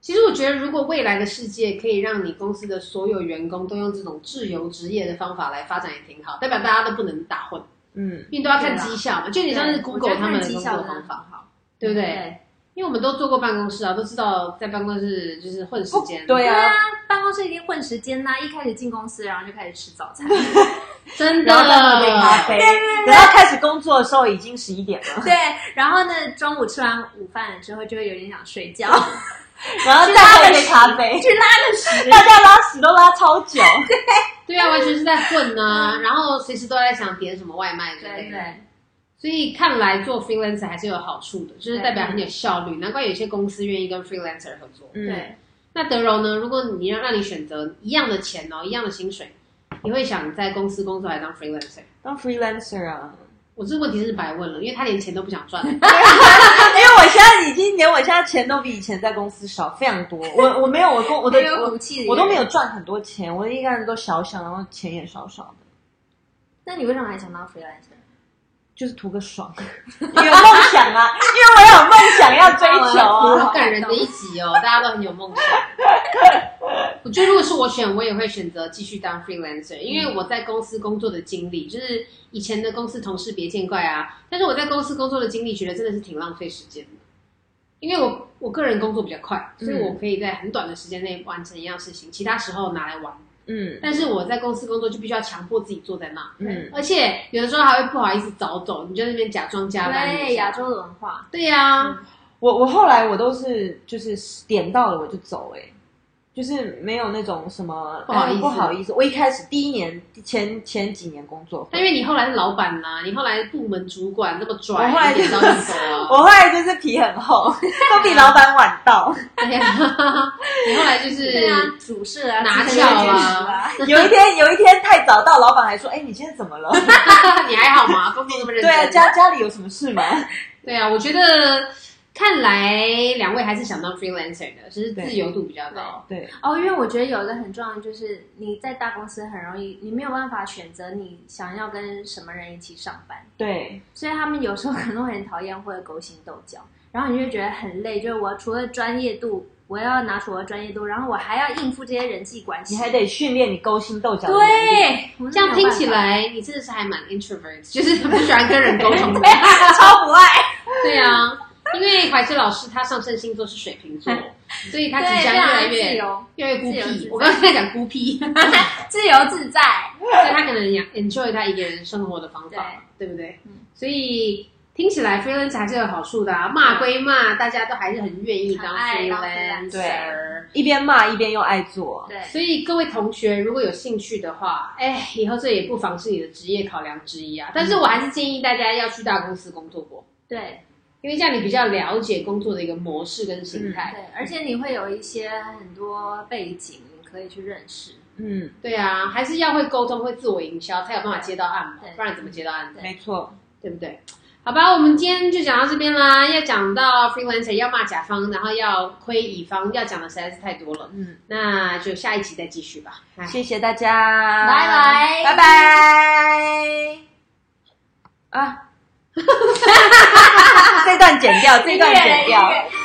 [SPEAKER 1] 其实我觉得，如果未来的世界可以让你公司的所有员工都用这种自由职业的方法来发展，也挺好。代表大家都不能打混，
[SPEAKER 2] 嗯，
[SPEAKER 1] 因为都要看绩效嘛，就你像是
[SPEAKER 3] 啊对
[SPEAKER 1] Google 他们
[SPEAKER 3] 我觉得看
[SPEAKER 1] 的
[SPEAKER 3] 绩
[SPEAKER 1] 工
[SPEAKER 3] 效
[SPEAKER 1] 作
[SPEAKER 3] 真的
[SPEAKER 1] 方
[SPEAKER 3] 很
[SPEAKER 1] 法，
[SPEAKER 3] 好，
[SPEAKER 1] 对不对？
[SPEAKER 3] 对
[SPEAKER 1] 因为我们都坐过办公室啊，都知道在办公室就是混时间，
[SPEAKER 2] 对
[SPEAKER 3] 对
[SPEAKER 2] 啊
[SPEAKER 3] 啊，，办公室一定混时间呐、一开始进公司，然后就开始吃早餐。
[SPEAKER 1] 真的
[SPEAKER 2] 然后再喝杯咖啡，等到开始工作的时候已经十一点了，
[SPEAKER 3] 对，然后呢，中午吃完午饭了之后，就会有点想睡觉，
[SPEAKER 2] 然后再喝一杯咖啡，
[SPEAKER 3] 去拉个屎。
[SPEAKER 2] 大家拉屎都拉超 久，
[SPEAKER 1] 对啊，完全是在混呢、然后随时都在想点什么外卖之类
[SPEAKER 3] 对
[SPEAKER 1] 的。
[SPEAKER 3] 对，
[SPEAKER 1] 所以看来做 freelancer 还是有好处的，就是代表很有效率，难怪有些公司愿意跟 freelancer 合作。
[SPEAKER 2] 嗯
[SPEAKER 3] 对，
[SPEAKER 1] 那德柔呢？如果你让让你选择一样的钱哦，一样的薪水，你会想在公司工作还是当 freelancer？
[SPEAKER 2] 当 freelancer 啊，
[SPEAKER 1] 我这个问题是白问了，因为他连钱都不想赚。
[SPEAKER 2] 因为我现在已经连我现在钱都比以前在公司少非常多，我我没有我工我
[SPEAKER 3] 我
[SPEAKER 2] 的
[SPEAKER 3] 有
[SPEAKER 2] 我
[SPEAKER 3] 骨气的，
[SPEAKER 2] 我都没有。赚很多钱，我一个人都小小，然后钱也少少的，
[SPEAKER 3] 那你为什么还想当 freelancer？
[SPEAKER 2] 就是图个 爽，有梦想啊，因为我有梦想要追求
[SPEAKER 1] 哇
[SPEAKER 2] 啊
[SPEAKER 1] 好。感人的一集哦，大家都很有梦想。我觉得如果是我选，我也会选择继续当 freelancer，因为我在公司工作的经历，就是以前的公司同事别见怪啊，但是我在公司工作的经历，觉得真的是挺浪费时间的。因为我我个人工作比较快，所以我可以在很短的时间内完成一样事情，其他时候拿来玩。
[SPEAKER 2] 嗯
[SPEAKER 1] 但是我在公司工作就必须要强迫自己坐在那，
[SPEAKER 2] 嗯，
[SPEAKER 1] 而且有的时候还会不好意思早走，你就在那边假装加班一下。
[SPEAKER 3] 对，亚洲的文化，
[SPEAKER 1] 对呀、
[SPEAKER 2] 我我后来我都是就是点到了我就走、欸，哎，就是没有那种什么
[SPEAKER 1] 不好意思
[SPEAKER 2] 哎不好意思。我一开始第一年前前几年工作
[SPEAKER 1] 但因为你后来是老板啦、你后来部门主管那么拽，
[SPEAKER 2] 我后来就
[SPEAKER 1] 你早点走啊。
[SPEAKER 2] 我后来就是皮很厚， 都比老板晚到，
[SPEAKER 1] 对呀，你后来就是
[SPEAKER 3] 对啊，主事啊，
[SPEAKER 1] 拿
[SPEAKER 3] 资
[SPEAKER 1] 翘
[SPEAKER 3] 深
[SPEAKER 1] 啊
[SPEAKER 3] 兼职啊，
[SPEAKER 2] 有一天有一天太早到，老板还说：“哎、你今天怎么了？
[SPEAKER 1] 你还好吗？工作那么认
[SPEAKER 2] 对
[SPEAKER 1] 真。
[SPEAKER 2] 啊，家家里有什么事吗？”
[SPEAKER 1] 对啊，我觉得看来两位还是想当 freelancer 的，就是自由度比较高。
[SPEAKER 2] 对，
[SPEAKER 3] 哦，因为我觉得有一个很重要的就是你在大公司很容易，你没有办法选择你想要跟什么人一起上班，
[SPEAKER 2] 对，
[SPEAKER 3] 所以他们有时候可能会很讨厌或者勾心斗角，然后你就会觉得很累，就是我除了专业度，我要拿出我的专业度，然后我还要应付这些人际关系，
[SPEAKER 2] 你还得训练你勾心斗角。，
[SPEAKER 3] 对，我真的
[SPEAKER 1] 这样
[SPEAKER 3] 没有
[SPEAKER 1] 听
[SPEAKER 3] 办法
[SPEAKER 1] 起 来，你真的是还蛮 introvert，就是 不喜欢跟人沟通的。
[SPEAKER 2] 超 不爱。
[SPEAKER 1] 对啊，因为怀哲老师他上升星座是水瓶 座，所以他即
[SPEAKER 3] 对
[SPEAKER 1] 将
[SPEAKER 3] 非
[SPEAKER 1] 越
[SPEAKER 3] 常
[SPEAKER 1] 来
[SPEAKER 3] 自
[SPEAKER 1] 越
[SPEAKER 3] 由
[SPEAKER 1] 越来越孤
[SPEAKER 3] 自由自
[SPEAKER 1] 僻。
[SPEAKER 3] 在
[SPEAKER 1] 我刚才在讲孤僻。
[SPEAKER 3] 自由自在，
[SPEAKER 1] 所以他可能养 enjoy 他一个人生活的方法，对不对？
[SPEAKER 3] 嗯
[SPEAKER 1] 所以听起来 freelance 还是有好处的啊，骂归骂，大家都还是很愿意当
[SPEAKER 3] 很爱当 freelancer
[SPEAKER 1] freelancer。
[SPEAKER 2] 一边骂一边又爱做，
[SPEAKER 3] 对，
[SPEAKER 1] 所以各位同学，如果有兴趣的话，哎，以后这也不妨是你的职业考量之一啊。但是我还是建议大家要去大公司工作过，
[SPEAKER 3] 对
[SPEAKER 1] 因为这样你比较了解工作的一个模式跟形态。
[SPEAKER 3] 对，而且你会有一些很多背景，你可以去认识，
[SPEAKER 2] 嗯，
[SPEAKER 1] 对啊，还是要会沟通，会自我营销，才有办法接到案嘛
[SPEAKER 3] 对，
[SPEAKER 1] 不然怎么接到案？
[SPEAKER 3] 对
[SPEAKER 2] 没错，
[SPEAKER 1] 对不对？好吧，我们今天就讲到这边啦。要讲到 freelancer，要骂甲方，然后要亏乙方，要讲的实在是太多了。
[SPEAKER 2] 嗯，
[SPEAKER 1] 那就下一集再继续吧。哎
[SPEAKER 2] 谢谢大家，
[SPEAKER 3] 拜拜
[SPEAKER 2] 拜拜。 啊，这段剪掉，这段剪掉。
[SPEAKER 3] 音乐